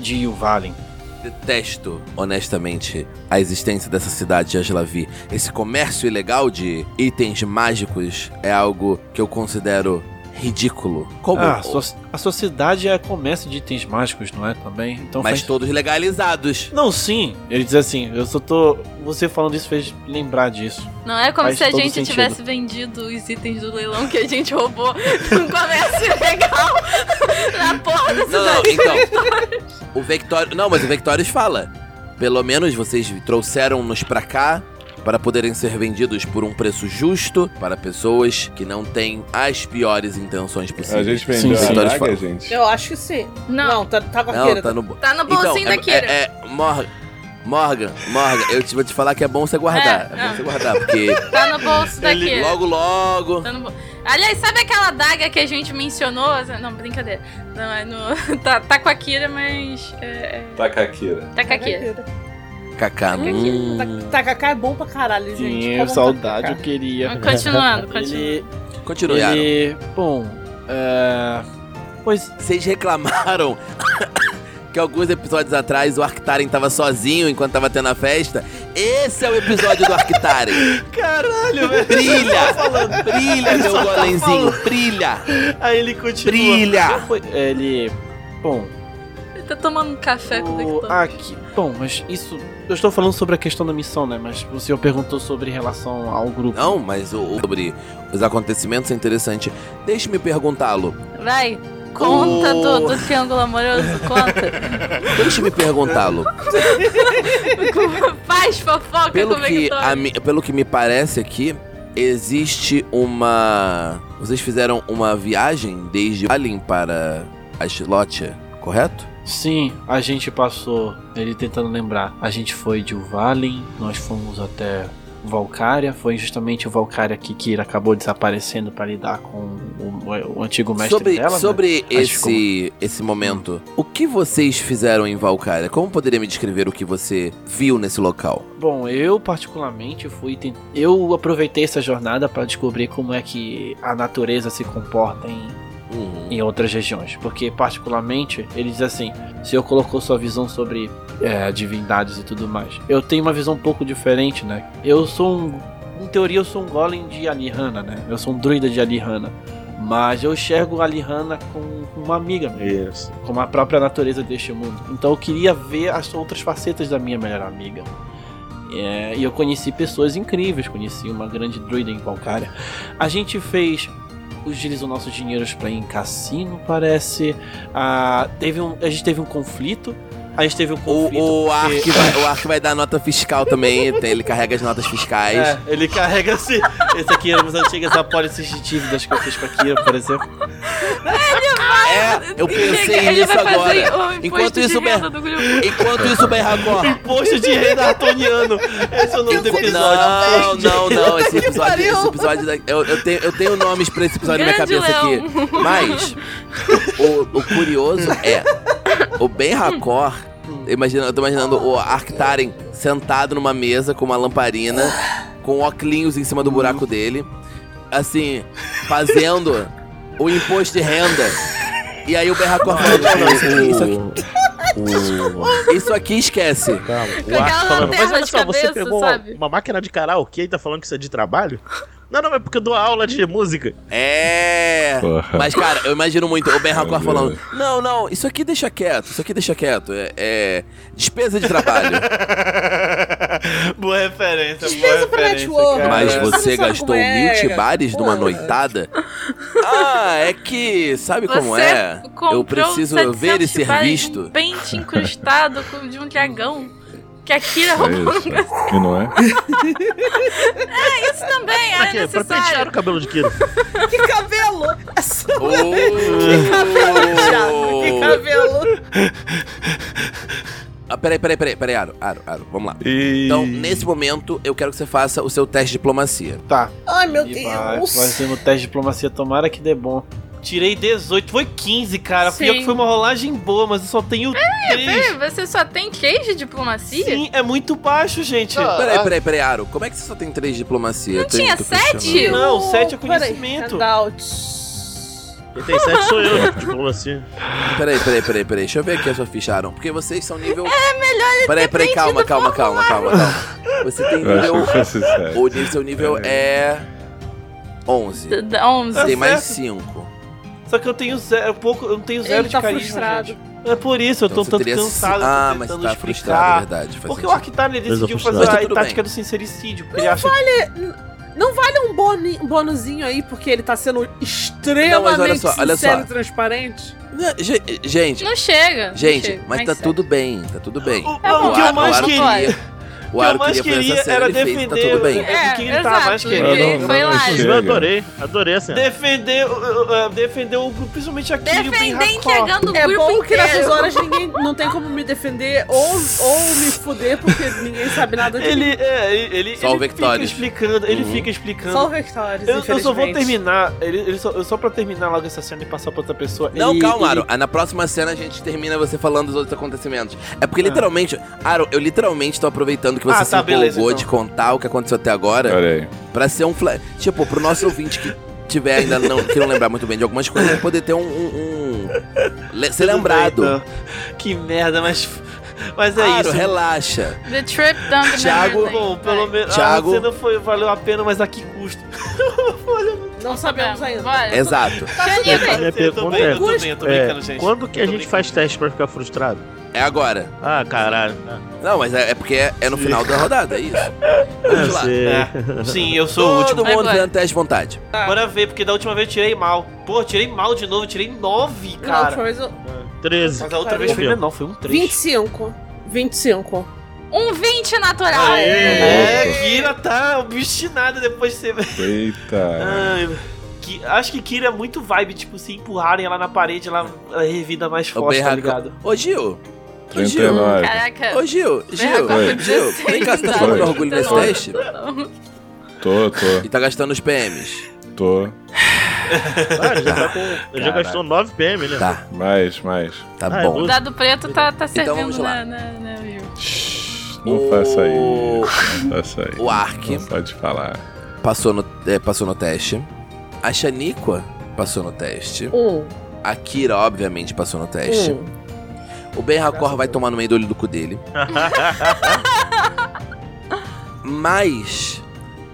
F: de Yuvalin.
A: Detesto, honestamente, a existência dessa cidade de Aslavi. Esse comércio ilegal de itens mágicos é algo que eu considero ridículo. Como?
F: Ah, a sua, a sua cidade é comércio de itens mágicos, não é? Também? Então
A: Mas
F: faz-
A: todos legalizados.
F: Não, sim. Ele diz assim: eu só tô. Você falando isso fez lembrar disso.
C: Não é como
F: Faz
C: se a
F: todo
C: gente
F: sentido.
C: tivesse vendido os itens do leilão que a gente roubou num comércio legal na porra da
A: Não, não,
C: cidade.
A: então. o Victório. Não, mas o Victorious fala. Pelo menos vocês trouxeram-nos pra cá para poderem ser vendidos por um preço justo para pessoas que não têm as piores intenções
B: A
A: possíveis.
B: gente vendeu
F: sim.
B: a
A: Fala.
B: draga, gente.
E: Eu acho que sim.
C: Não,
E: Não, tá, tá com a
A: Não,
E: Kira.
A: tá no bo-
C: tá no bolsinho
A: é-
C: da Kira.
A: É, é, Morgan, Morgan, Morgan, eu te, vou te falar que é bom você guardar.
C: É,
A: É, bom
C: não.
A: você guardar, porque
C: Tá no bolso da
D: Ele-
C: Kira.
A: logo, logo.
C: Tá no bol- Aliás, sabe aquela daga que a gente mencionou? Não, brincadeira. Não, é no... tá, tá com a Kira, mas. é, é,
B: Tá, Kakira.
C: Tá com a Kira.
A: Cacá, hum.
E: Tá- Takaká é bom pra caralho, gente.
F: Sim,
E: Como tá
F: saudade, eu
E: takaká.
F: queria.
C: Continuando, continuando.
F: Ele,
A: Continue, Aaron.
F: ele- bom, é, pois
A: Vocês reclamaram que alguns episódios atrás o Arctaren tava sozinho enquanto tava tendo a festa. Esse é o episódio do Arctaren.
F: caralho, velho.
A: Brilha! Brilha, meu golemzinho! Brilha!
F: Aí é, ele continua.
A: Brilha!
F: Foi- Ele, bom,
C: tá tomando café com o
F: O-
A: ah,
C: Dactone.
F: aqui, bom, mas isso. Eu estou falando sobre a questão da missão, né? Mas o senhor perguntou sobre relação ao grupo.
A: Não, mas o, o- sobre os acontecimentos é interessante. Deixe-me perguntá-lo.
C: Vai, conta
A: O-
C: do, do triângulo amoroso, conta.
A: Deixe-me perguntá-lo.
C: Faz fofoca
A: Pelo
C: como é que
A: que,
C: tá.
A: a mi- pelo que me parece aqui, existe uma. Vocês fizeram uma viagem desde Alien para Aslotia, correto?
F: Sim, a gente passou. Ele tentando lembrar. A gente foi de Uvalin, nós fomos até Valcária. Foi justamente o Valcária que Kira acabou desaparecendo para lidar com o, o antigo mestre
A: sobre
F: dela. né?
A: sobre
F: Acho
A: esse, esse momento, o que vocês fizeram em Valkyria? Como poderia me descrever o que você viu nesse local?
F: Bom, eu particularmente fui. ten- Eu aproveitei essa jornada para descobrir como é que a natureza se comporta em em outras regiões. Porque, particularmente, ele diz assim: o senhor colocou sua visão sobre é, divindades e tudo mais. Eu tenho uma visão um pouco diferente, né? Eu sou um. Em teoria, eu sou um golem de Alihanna, né? Eu sou um druida de Alihanna. Mas eu enxergo Alihanna com com uma amiga minha
D: Isso.
F: como a própria natureza deste mundo. Então eu queria ver as outras facetas da minha melhor amiga. É, e eu conheci pessoas incríveis, conheci uma grande druida em Valcária. A gente fez. Utilizou nossos dinheiros para ir em cassino, parece. Ah, teve um, a gente teve um conflito. A gente teve um conflito.
A: O, o, Ark
F: porque-
A: vai, o Ark vai dar nota fiscal também, tem- ele carrega as notas fiscais.
F: É, ele carrega esse. Esse aqui eram as antigas apólices de dívidas que eu fiz pra Kira, por exemplo.
A: É, eu pensei
C: ele, ele
A: nisso
C: vai
A: agora.
C: fazer o imposto
A: Enquanto
C: de
A: isso,
C: renda
A: Ber-
C: do grupo.
A: Enquanto isso, Berracor.
F: Imposto de renda artoniano. Esse é o nome do episódio.
A: Não,
F: imposto de
A: não, não. Esse
E: que
A: episódio,
E: pariu.
A: esse episódio da- eu, eu tenho, eu tenho nomes pra esse episódio na
C: Grande
A: minha cabeça
C: Leão.
A: aqui. Mas o, o curioso é o Ben Racor. Imagina, eu tô imaginando o Arctaren sentado numa mesa com uma lamparina, com oclinhos em cima do buraco dele, assim, fazendo o imposto de renda. E aí o Ben Racor falando, não, não, isso aqui, isso aqui, isso aqui esquece.
C: Com aquela
D: mas
C: lanterna
D: olha
C: de
D: só, você pegou
C: cabeça, sabe?
D: uma máquina de karaokê e tá falando que isso é de trabalho? Não, não, é porque eu dou aula de música.
A: É.
B: Porra.
A: Mas, cara, eu imagino muito o Ben Racor
B: Meu
A: falando:
B: Deus.
A: Não, não, isso aqui deixa quieto, isso aqui deixa quieto. É, é despesa de trabalho.
F: boa é referência,
E: Despesa pra network.
F: cara.
A: Mas
E: É.
A: você
E: Sabe como
A: gastou
E: é,
A: mil tibares
E: cara?
A: numa
E: Pô.
A: noitada? Ah, é que. Sabe como
C: Você
A: é?
C: comprou
A: Eu preciso
C: 700
A: ver e ser
C: reais,
A: visto.
C: Um pente incrustado com- de um dragão. Que a Kira roubou.
B: É isso. Que não é?
C: Isso também
D: Pra
C: era
D: quê? Pra pentear o
C: necessário.
D: cabelo de Kira.
E: Que cabelo! Essa-
A: Oh.
E: Thiago, que cabelo!
A: Ah, peraí, peraí, peraí, peraí, Aro, Aro, Aro, vamos lá.
B: E...
A: Então, nesse momento, eu quero que você faça o seu teste de diplomacia.
F: Tá.
E: Ai, meu
F: E vai, vai
E: Deus!
F: ser no teste de diplomacia, tomara que dê bom. Tirei 18, foi 15, cara. Pior
C: Sim.
F: que foi uma rolagem boa, mas eu só tenho
E: É,
F: 3.
C: Peraí, Você só tem três de diplomacia?
F: Sim, é muito baixo, gente.
D: Ah,
A: Peraí, peraí, peraí, Aro, como é que você só tem três de diplomacia? Não
C: tinha sete?
F: Não, sete é
E: Peraí,
F: conhecimento.
E: Handout.
D: Quem tem sete sou eu, né? Tipo, de diplomacia.
A: Peraí, peraí, peraí, peraí. Deixa eu ver aqui a sua ficha, Aaron. Porque vocês são nível. É melhor Peraí, peraí, calma, calma, calma, calma, calma. Você tem
B: Eu acho que
A: nível. um.
B: eu fosse sério.
A: O nível- seu nível é. 11.
C: D- d- Onze.
A: Você tem
F: certo.
A: mais 5.
F: Só que eu tenho zero, pouco, eu não tenho zero
E: Ele
F: de
E: tá
F: carisma,
E: frustrado.
F: gente. É por isso,
A: Então
F: eu tô tanto cansado, eu tô
A: Ah, mas
F: tentando
A: tá frustrado, é
F: explicar.
A: verdade. Faz
F: Porque
A: sentido.
F: o Arctar ele
D: Mas eu
F: decidiu
D: frustrado.
F: fazer
A: Mas tá
F: a
A: tudo bem.
F: tática do sincericídio. porque Ele acha
E: Não vale um boni- um bônusinho aí, porque ele tá sendo extremamente
A: Não, mas olha só,
E: sincero
A: olha só.
E: e transparente?
A: Não, ge- Gente,
C: Não chega. não
A: gente,
C: chega,
A: mas tá
C: certo.
A: tudo bem, tá tudo bem.
F: O,
C: Tá bom,
F: o que eu
C: Aro,
F: mais
C: Aro,
F: queria.
C: vai.
A: O
F: que eu
A: Aro
F: mais
A: queria fazer
F: queria
A: essa cena,
F: era
A: ele fez, tá
F: defender
A: tudo bem.
F: É,
C: É,
F: que ele
C: exato.
F: tá mais querendo.
C: porque
B: Não, não,
C: Foi
B: não,
C: lá.
B: não
D: Inclusive, eu adorei. Adorei a cena.
F: Defender, uh, uh, defender o grupo, principalmente a Kiri, o Ben
C: Defender
F: Racor.
C: entregando o
E: É
C: grupo
E: bom que
C: inteiro.
E: nessas horas ninguém não tem como me defender ou, ou me fuder, porque ninguém sabe nada de mim.
F: Ele, é, ele, ele-
A: Só o
F: ele fica
A: Victorious.
F: explicando, ele
A: Uhum.
F: fica explicando.
E: Só o Vectores,
F: eu, eu só vou
E: infelizmente.
F: terminar, ele, ele só, eu só pra terminar logo essa cena e passar pra outra pessoa.
A: Não,
F: ele-
A: calma,
F: ele-
A: Aro. Ah, Na próxima cena a gente termina você falando dos outros acontecimentos. É porque literalmente, Aro, eu literalmente tô aproveitando que você
F: Ah,
A: se
F: tá,
A: empolgou
F: beleza, então.
A: de contar o que aconteceu até agora
B: Olha aí.
A: pra ser um flash. Tipo, pro nosso ouvinte que tiver ainda não, que não lembrar muito bem de algumas coisas, ele poder ter um. um- um- le- ser
F: Tudo
A: lembrado.
F: bem, então. Que merda, mas. Mas é
A: Aro,
F: isso.
A: relaxa.
C: The trip down the
A: Thiago-
C: memory lane,
F: Bom, pelo
C: vai.
F: menos.
A: Thiago.
F: A cena foi, valeu a pena, mas a que custo?
E: Não sabemos ainda.
C: Bora.
A: Exato.
C: Tá Janine,
D: É, Minha
F: Eu tô
D: pergunta
F: bem, eu tô
E: é-
F: bem, eu tô
D: é,
F: brincando, gente.
D: Quando que
F: Eu
D: a
F: tô
D: gente
F: brincando.
D: faz teste pra ficar frustrado?
A: É agora.
D: Ah, caralho.
A: Não, mas é, é porque é, é no final da rodada, é isso.
D: Ah,
A: Vamos lá.
F: É. Sim, eu sou o
A: Todo
F: último.
A: mundo
C: Vai,
A: fazendo teste de vontade.
F: Bora ver, porque da última vez eu tirei mal. Pô, eu tirei mal de novo, eu tirei 9,
E: Não, outra
F: cara.
E: vez eu-
D: 13.
F: Mas a outra vez foi
D: Confio.
F: menor, foi um 3.
E: 25. 25.
C: Um 20 natural.
F: É, Kira tá obstinada depois de ser.
B: Eita.
F: Ai, que, acho que Kira é muito vibe, tipo, se empurrarem ela na parede, ela, ela revida mais
A: O
F: forte, tá
A: Berracão.
F: ligado?
A: Ô, Gil. Ô, Gil.
B: 39.
C: Caraca.
A: Ô, Gil. Gil.
C: Berracão
B: Oi.
C: com
A: Gil. Vem cá, você tá
C: 16,
A: tomando
B: Oi.
A: orgulho nesse
C: Não.
A: teste?
B: Tô,
A: E
B: tô,
A: tá gastando os PMs.
B: tô.
D: Ah, ele já tá com- ele já gastou 9 PM, né?
A: Tá,
B: Mais, mais.
A: tá
D: Ah, é
A: bom.
C: O dado preto tá, tá servindo né,
A: vamos lá.
C: na, na, na view.
B: Shhh, Não faça isso. Não faça
A: O
B: isso.
A: Ark
B: Não pode falar.
A: passou no, é, passou no teste. A Shaniqua passou no teste.
E: Um.
A: A Kira, obviamente, passou no teste.
E: Um.
A: O Ben Racor vai tomar no meio do olho do cu dele.
D: Tá.
A: Mas,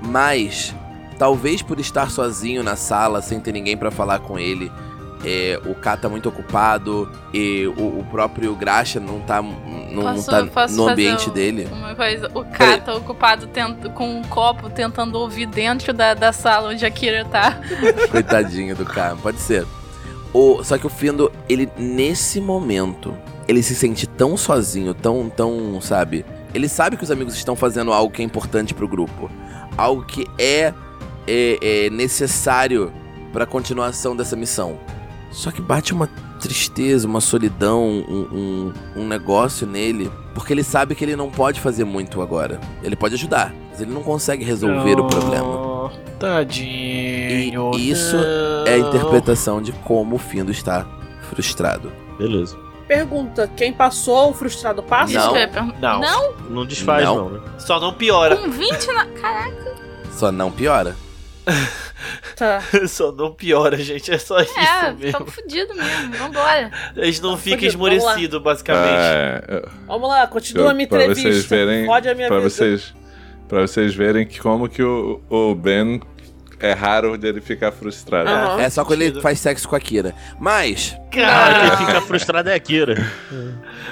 A: mas, talvez por estar sozinho na sala, sem ter ninguém pra falar com ele, é, o K tá muito ocupado e o, o próprio Graxa não tá, não, não
C: Posso-
A: tá
C: posso
A: no
C: fazer
A: ambiente
C: um-
A: dele.
C: Uma coisa, o
A: Peraí.
C: K tá ocupado tent- com um copo tentando ouvir dentro da, da sala onde a Kira tá.
A: Coitadinho do K, pode ser. O, só que o Findo, ele nesse momento, ele se sente tão sozinho, tão, tão, sabe? Ele sabe que os amigos estão fazendo algo que é importante pro grupo. Algo que é, é, é necessário pra continuação dessa missão. Só que bate uma tristeza, uma solidão, um, um, um negócio nele. Porque ele sabe que ele não pode fazer muito agora. Ele pode ajudar, mas ele não consegue resolver o problema.
F: Tadinho.
A: E isso
F: não.
A: é a interpretação de como o Findo está frustrado.
D: Beleza.
E: Pergunta: quem passou, o frustrado passa?
A: Não.
C: Desculpa.
F: Não.
C: Não,
D: Não desfaz,
A: Não.
D: não, né?
F: Só não piora.
C: um 20 na. Caraca.
A: Só não piora.
E: Tá.
F: Só não piora, gente. É só isso
C: É,
F: mesmo.
C: tamo fudido mesmo. Vambora.
F: Eles não ficam
E: fudido, vamos lá.
F: esmorecidos, basicamente.
B: É,
E: Vamos lá, continua a minha
B: Pra
E: entrevista.
B: vocês verem-
E: Pode a minha
B: pra
E: vida.
B: vocês, pra vocês verem que como que o, o Ben é raro dele ficar frustrado.
E: Aham.
A: É só quando ele
F: sentido.
A: faz sexo com a Kira. Mas,
D: Cara,
F: Cara,
D: Ah, quem fica frustrado é a Kira.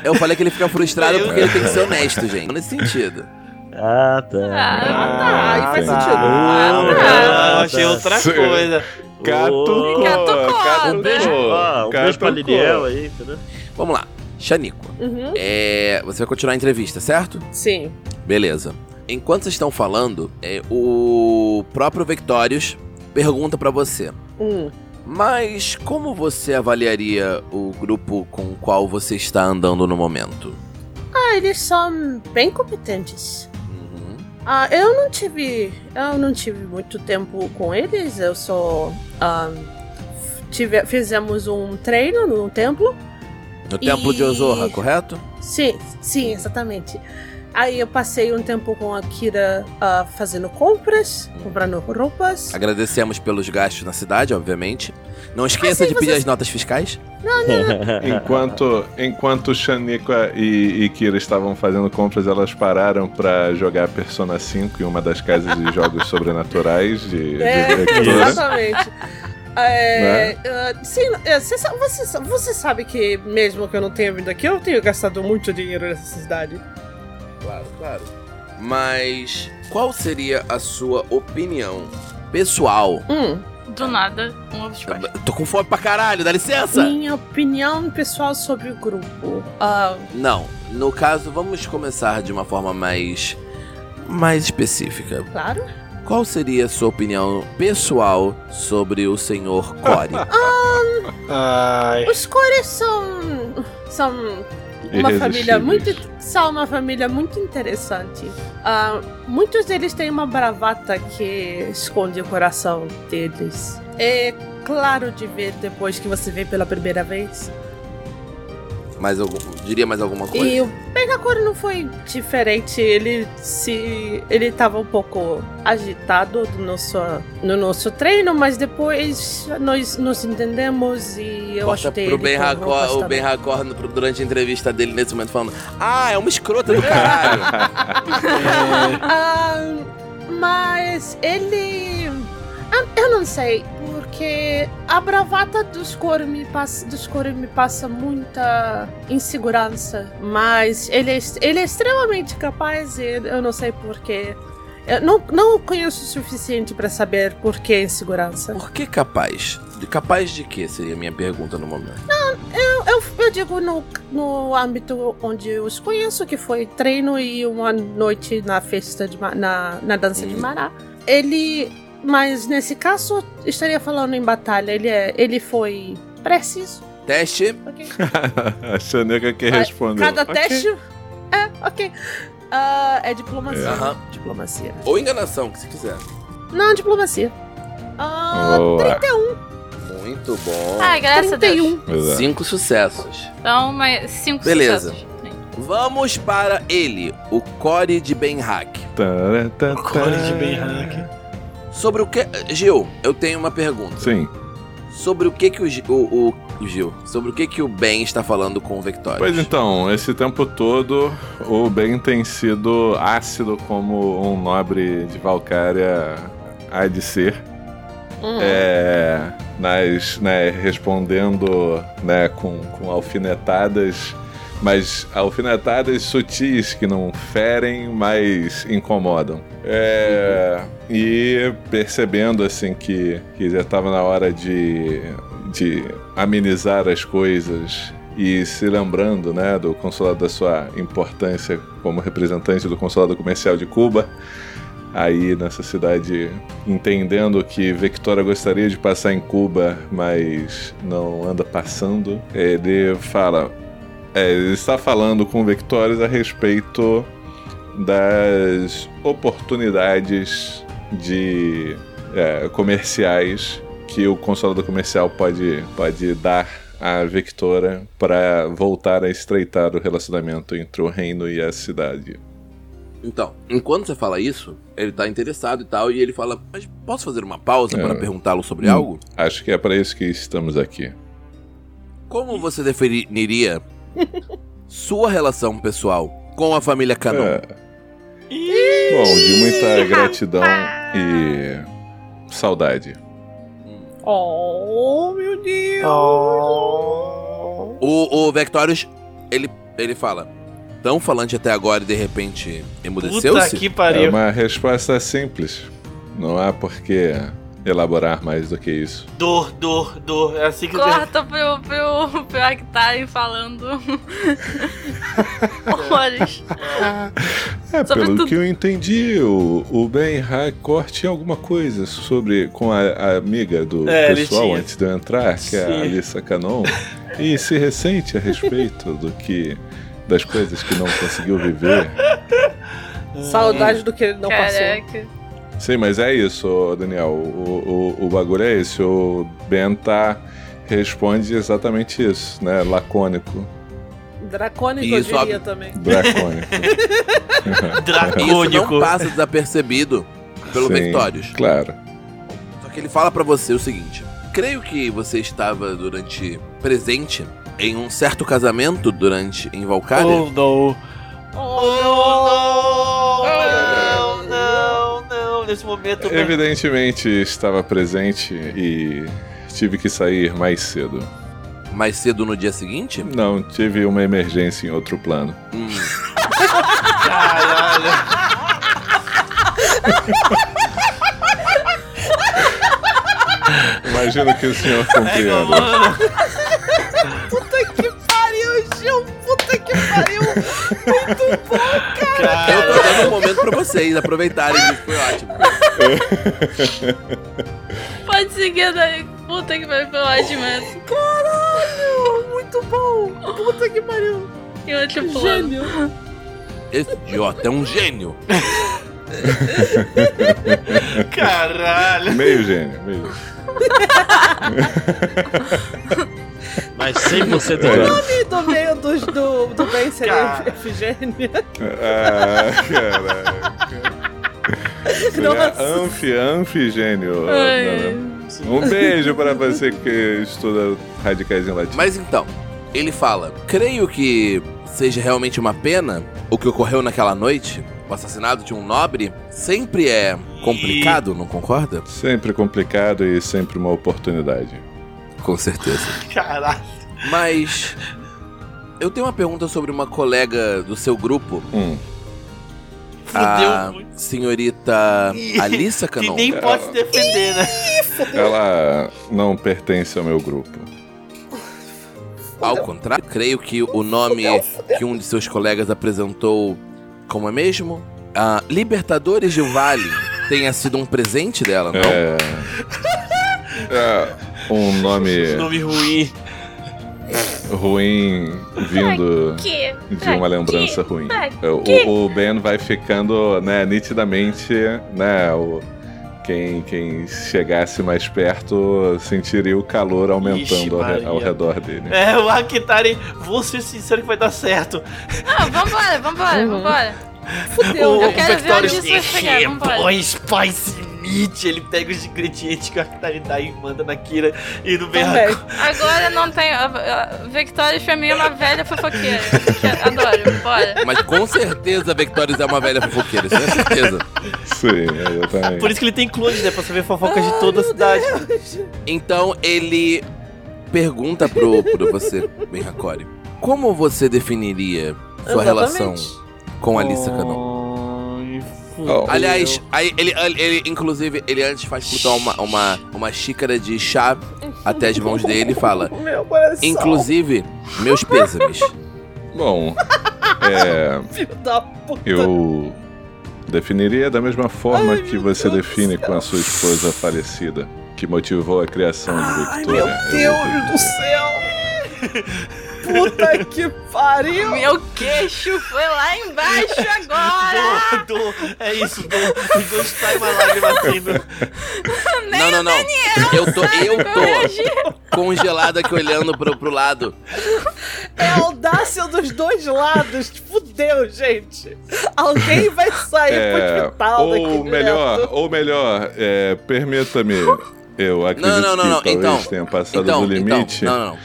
A: eu falei que ele fica frustrado
F: Eu-
A: porque ele tem que ser honesto, gente. Nesse sentido.
D: Ah, tá.
C: Ah,
E: tá, aí faz
B: entendi.
E: sentido.
F: Ah,
A: né?
D: Ah,
F: não,
D: tá.
F: achei outra
B: Sim.
F: coisa.
B: Catucou,
C: Catucou,
D: Um beijo, ó, um beijo pra
B: Catucou.
D: Liliel aí, entendeu?
A: Vamos lá. Xanico,
E: Uhum.
A: é, você vai continuar a entrevista, certo?
E: Sim.
A: Beleza. Enquanto vocês estão falando, é, o próprio Victorious pergunta pra você.
E: Um.
A: Mas como você avaliaria o grupo com o qual você está andando no momento?
E: Ah, eles são bem competentes.
A: Uhum.
E: Ah, eu não tive. Eu não tive muito tempo com eles. Eu só. ah, tive, fizemos um treino no templo.
A: No templo de
E: E-
A: Ozorra, correto?
E: Sim, sim, exatamente. Aí eu passei um tempo com a Kira ah, fazendo compras, comprando roupas.
A: Agradecemos pelos gastos na cidade, obviamente. Não esqueça
E: Ah, sim,
A: de pedir
E: vocês-
A: as notas fiscais.
B: Enquanto, enquanto Shaniqua e, e Kira estavam fazendo compras, elas pararam pra jogar Persona 5 em uma das casas de jogos sobrenaturais de, de
E: É,
B: Vectora.
E: Exatamente. É, ah, sim, é, cê sa- você, sa- você sabe que mesmo que eu não tenha vindo aqui, eu tenho gastado muito dinheiro nessa cidade.
A: Claro, claro. Mas qual seria a sua opinião pessoal?
E: Hum,
C: Do nada, um ovo de
A: Eu
C: paz.
A: Tô com fome pra caralho, dá licença!
E: minha opinião pessoal sobre o grupo. Ah,
A: Não, no caso, vamos começar de uma forma mais. mais específica.
E: claro.
A: Qual seria a sua opinião pessoal sobre o senhor Core?
F: Ai.
E: Os cores são. são uma família muito. são uma família muito interessante. Ah, muitos deles têm uma bravata que esconde o coração deles. É claro de ver depois que você vê pela primeira vez.
A: mais algum, diria mais alguma coisa?
E: E o Penacor não foi diferente. Ele se. ele tava um pouco agitado do nosso, no nosso treino, mas depois nós nos entendemos e então eu
A: Corta
E: ajudei
A: pro
E: ele
A: Ben
E: com roupas
A: Racor, o
E: também.
A: Ben Racor no- durante a entrevista dele nesse momento falando: Ah, é uma escrota do caralho.
E: Ah, mas ele. não sei, porque a bravata dos couro me passa, dos couro me passa muita insegurança, mas ele é, ex- ele é extremamente capaz e eu não sei porquê. Eu não, não o conheço o suficiente para saber por que insegurança.
A: Por que capaz? De capaz de quê? Seria a minha pergunta no momento.
E: Eu, eu, eu digo no, no âmbito onde eu os conheço, que foi treino e uma noite na festa de, ma- na, na dança de
C: Uhum.
A: Hum.
E: Mará. Ele. Mas nesse caso, estaria falando em batalha. Ele, é, ele foi preciso.
A: Teste.
E: ok?
B: A Xaneca que
E: Vai,
B: respondeu.
E: Cada
B: Ok.
E: teste. É, ok. Ah, é diplomacia.
B: É.
A: Aham.
E: Diplomacia.
A: Ou enganação, que se quiser.
E: Não, diplomacia. Ah,
B: Boa.
E: 31.
A: Muito bom.
C: Ai, graças a Deus.
E: 31.
B: Exato.
A: Cinco sucessos.
C: Então, mas cinco
A: Beleza.
C: sucessos.
A: Vamos para ele, o Core de Benhack.
B: Tará, tá,
F: Core de
B: tá.
F: Benhack.
A: Sobre o que. Gil, eu tenho uma pergunta.
B: Sim.
A: Sobre o que que o, Gi- o, o- o Gil. Sobre o que que o Ben está falando com o Victorious.
B: Pois então, esse tempo todo o Ben tem sido ácido como um nobre de Valkyria há de ser.
E: Hum.
B: É, nas, né, respondendo né, com, com alfinetadas, mas alfinetadas sutis que não ferem, mas incomodam. É, e percebendo assim que, que já estava na hora de, de amenizar as coisas e se lembrando né, do consulado da sua importância como representante do consulado comercial de Cuba, aí nessa cidade entendendo que Victoria gostaria de passar em Cuba, mas não anda passando, ele fala. é, ele está falando com Victorious a respeito das oportunidades de é, comerciais que o consolador comercial pode, pode dar à Victoria para voltar a estreitar o relacionamento entre o reino e a cidade.
A: Então, enquanto você fala isso, ele tá interessado e tal, e ele fala: Mas posso fazer uma pausa
B: É.
A: para perguntá-lo sobre
B: Hum.
A: algo?
B: Acho que é para isso que estamos aqui.
A: Como você definiria sua relação pessoal com a família
F: um.
A: Canon?
B: É. Bom, de muita gratidão e saudade.
E: Oh, meu Deus.
F: Oh.
A: O, o Vectorius, ele, ele fala: Tão falante até agora e de repente
F: Puta
A: emudeceu-se?
F: que
B: É
F: pariu.
B: uma resposta simples. Não há por que elaborar mais do que isso.
F: Dor, dor, dor. É assim que eu
C: Corta pro, pro, pro Actaren falando. Horrores.
B: É,
C: Ah. Sobre
B: pelo
C: tudo.
B: que eu entendi, o, o Ben Hackor tinha alguma coisa sobre com a, a amiga do
F: É, ele
B: pessoal
F: tinha.
B: antes de eu entrar, que é
F: Sim.
B: a Alissa Canon, e se ressente a respeito do que das coisas que não conseguiu viver.
E: Hum. Saudade do que ele não Então passou.
C: Caraca.
B: Sim, mas é isso, ô, Daniel. O, o, o bagulho é esse. O Ben tá responde exatamente isso, né? Lacônico,
E: Dracônico,
A: Isso,
E: eu diria
A: óbvio.
E: também.
B: dracônico.
A: Isso
F: Dracônico.
A: não passa desapercebido pelo
B: Sim.
A: Vectorius.
B: claro.
A: Só que ele fala pra você o seguinte: Creio que você estava durante presente em um certo casamento durante em Valkyria.
F: Oh, não. Oh,
E: não.
F: não. Não, não, não. Nesse
B: É
F: momento, o Ben-
B: Evidentemente estava presente e tive que sair mais cedo.
A: Mais cedo no dia seguinte?
B: Não, tive uma emergência em outro plano.
A: Hum,
F: Caralho.
B: Imagino que o senhor
F: Pega,
B: compreenda.
F: mano.
E: Puta que pariu, Gil! Puta que pariu!
A: eu
F: Cara.
A: tô dando um momento pra vocês aproveitarem, isso foi ótimo.
C: Pode seguir daí. Puta que pariu pelo Admet.
E: Caralho! Muito bom! Puta que pariu!
C: Em outro plano.
E: Gênio!
A: Esse idiota é um gênio.
F: Caralho.
B: Meio gênio, meio gênio.
D: Mas 100% de
B: É.
D: dano.
E: E do meio dos, do, do bem seria
F: Cara.
E: Efigênio.
B: Ah, caraca.
E: Nossa.
B: Seria Anfi, anfigênio.
C: Ai.
B: Um beijo para você que estuda radicais em latim.
A: Mas então, ele fala: Creio que seja realmente uma pena o que ocorreu naquela noite. o assassinato de um nobre sempre é complicado, não concorda?
B: Sempre complicado e sempre uma oportunidade.
A: Com certeza.
F: Caralho.
A: Mas eu tenho uma pergunta sobre uma colega do seu grupo,
B: Hum.
A: a
F: Fudeu muito.
A: senhorita
F: Ih,
A: Alissa
F: Ah, Que
A: Canon.
F: nem pode se defender, né?
B: Ela não pertence ao meu grupo.
A: Ao contrário, creio que o nome que um de seus colegas apresentou, como é mesmo? Ah, Libertadores do Vale tenha sido um presente dela, não?
B: É. é um nome
F: Nome ruim.
B: ruim vindo
C: Que?
B: de uma lembrança ruim. É, O, o Ben vai ficando, né, nitidamente, né, o- quem, quem chegasse mais perto sentiria o calor
F: Ixi,
B: aumentando ao, re- ao
F: Maria.
B: redor dele.
F: É, o Akitari, vou ser sincero que vai dar certo.
C: Ah, vambora, vambora,
E: Uhum.
C: vambora.
E: Fudeu,
F: o
E: né?
C: Então, eu quero ver onde
F: Vectorius,
C: isso vai chegar,
F: "É,
C: vambora."
F: Põe Spice Meat, ele pega os ingredientes que o Akitari dá e manda na Kira e no
E: Também.
F: Berraco.
C: Agora não tem. a- a- Victorious pra mim é uma velha fofoqueira. que eu Adoro, bora.
A: Mas com certeza a Victorious é uma velha fofoqueira, isso é certeza.
B: Sim, exatamente.
F: Por isso que ele tem clones, né? Pra saber fofocas de
E: Ah,
F: toda a
E: meu
F: cidade.
A: Então ele pergunta pro, pro você, Ben Hakori, como você definiria sua
E: Exatamente.
A: relação com a Alissa Canon?
F: Ai,
B: Oh.
F: fudeu.
A: Aliás, aí ele, ele, ele, inclusive, ele antes faz escutar uma, uma, uma xícara de chá até as mãos dele e fala:
E: Meu coração.
A: Inclusive, meus pêsames.
B: Bom, é,
E: Filho da puta.
B: eu definiria da mesma forma que você define com a sua esposa falecida, que motivou a criação de
E: Ai, meu
B: Victoria. Eu
E: Deus do céu. Puta que pariu.
C: Meu queixo foi lá embaixo agora!
F: Dor, dor, é isso, dor. E Deus sai uma lágrima assim. no-
A: não, não, não. Eu tô, eu tô congelado aqui olhando pro, pro lado.
E: É a audácia dos dois lados. Fudeu, gente. Alguém vai sair pro hospital daqui
B: É, ou
E: direto.
B: melhor, ou melhor, é, permita-me. Eu acredito
A: não, não,
B: que
A: não,
B: talvez
A: então,
B: tenha passado
A: Então,
B: do limite.
A: então. Não, não, não.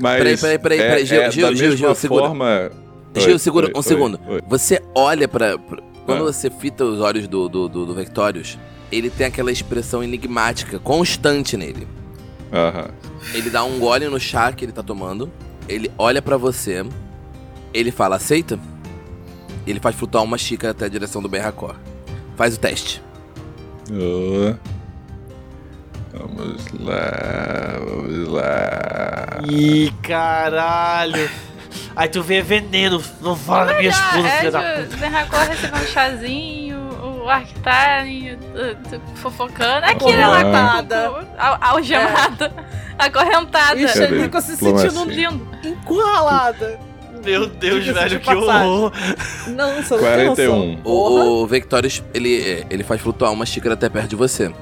B: Mas
A: Peraí, peraí, peraí, peraí,
B: é,
A: Gil,
B: é
A: Gil,
B: da
A: Gil,
B: mesma
A: Gil, segura.
B: forma...
A: Gil,
B: Oi,
A: segura
B: oi,
A: um
B: oi,
A: segundo.
B: oi.
A: Você olha pra. pra- quando
B: Ah.
A: você fita os olhos do, do, do, do Vectorius, ele tem aquela expressão enigmática constante nele.
B: Aham.
A: Ele dá um gole no chá que ele tá tomando. Ele olha pra você. Ele fala, aceita? Ele faz flutuar uma xícara até a direção do Ben Hakor. Faz o teste.
B: Ô. Vamos lá, vamos lá.
F: Ih, caralho. Aí tu vê veneno. Não fala da minha esposa, filha da
C: É, o
A: tá-
C: Derracor recebeu um chazinho, o Arctaren uh, uh, fofocando. Aqui, né, lá
E: Acorrentada.
C: com- com- al- algemada, acorrentada.
E: Ixi,
A: é
B: Cadê?
E: eu fico se
B: Diplomacia.
E: sentindo um
C: Lindo.
E: encurralada.
F: Meu Deus,
E: Diga-se de
F: velho, que horror.
E: Não, só não tem noção.
B: 41.
A: O, o Vectorius, ele, é, ele faz flutuar uma xícara até perto de você.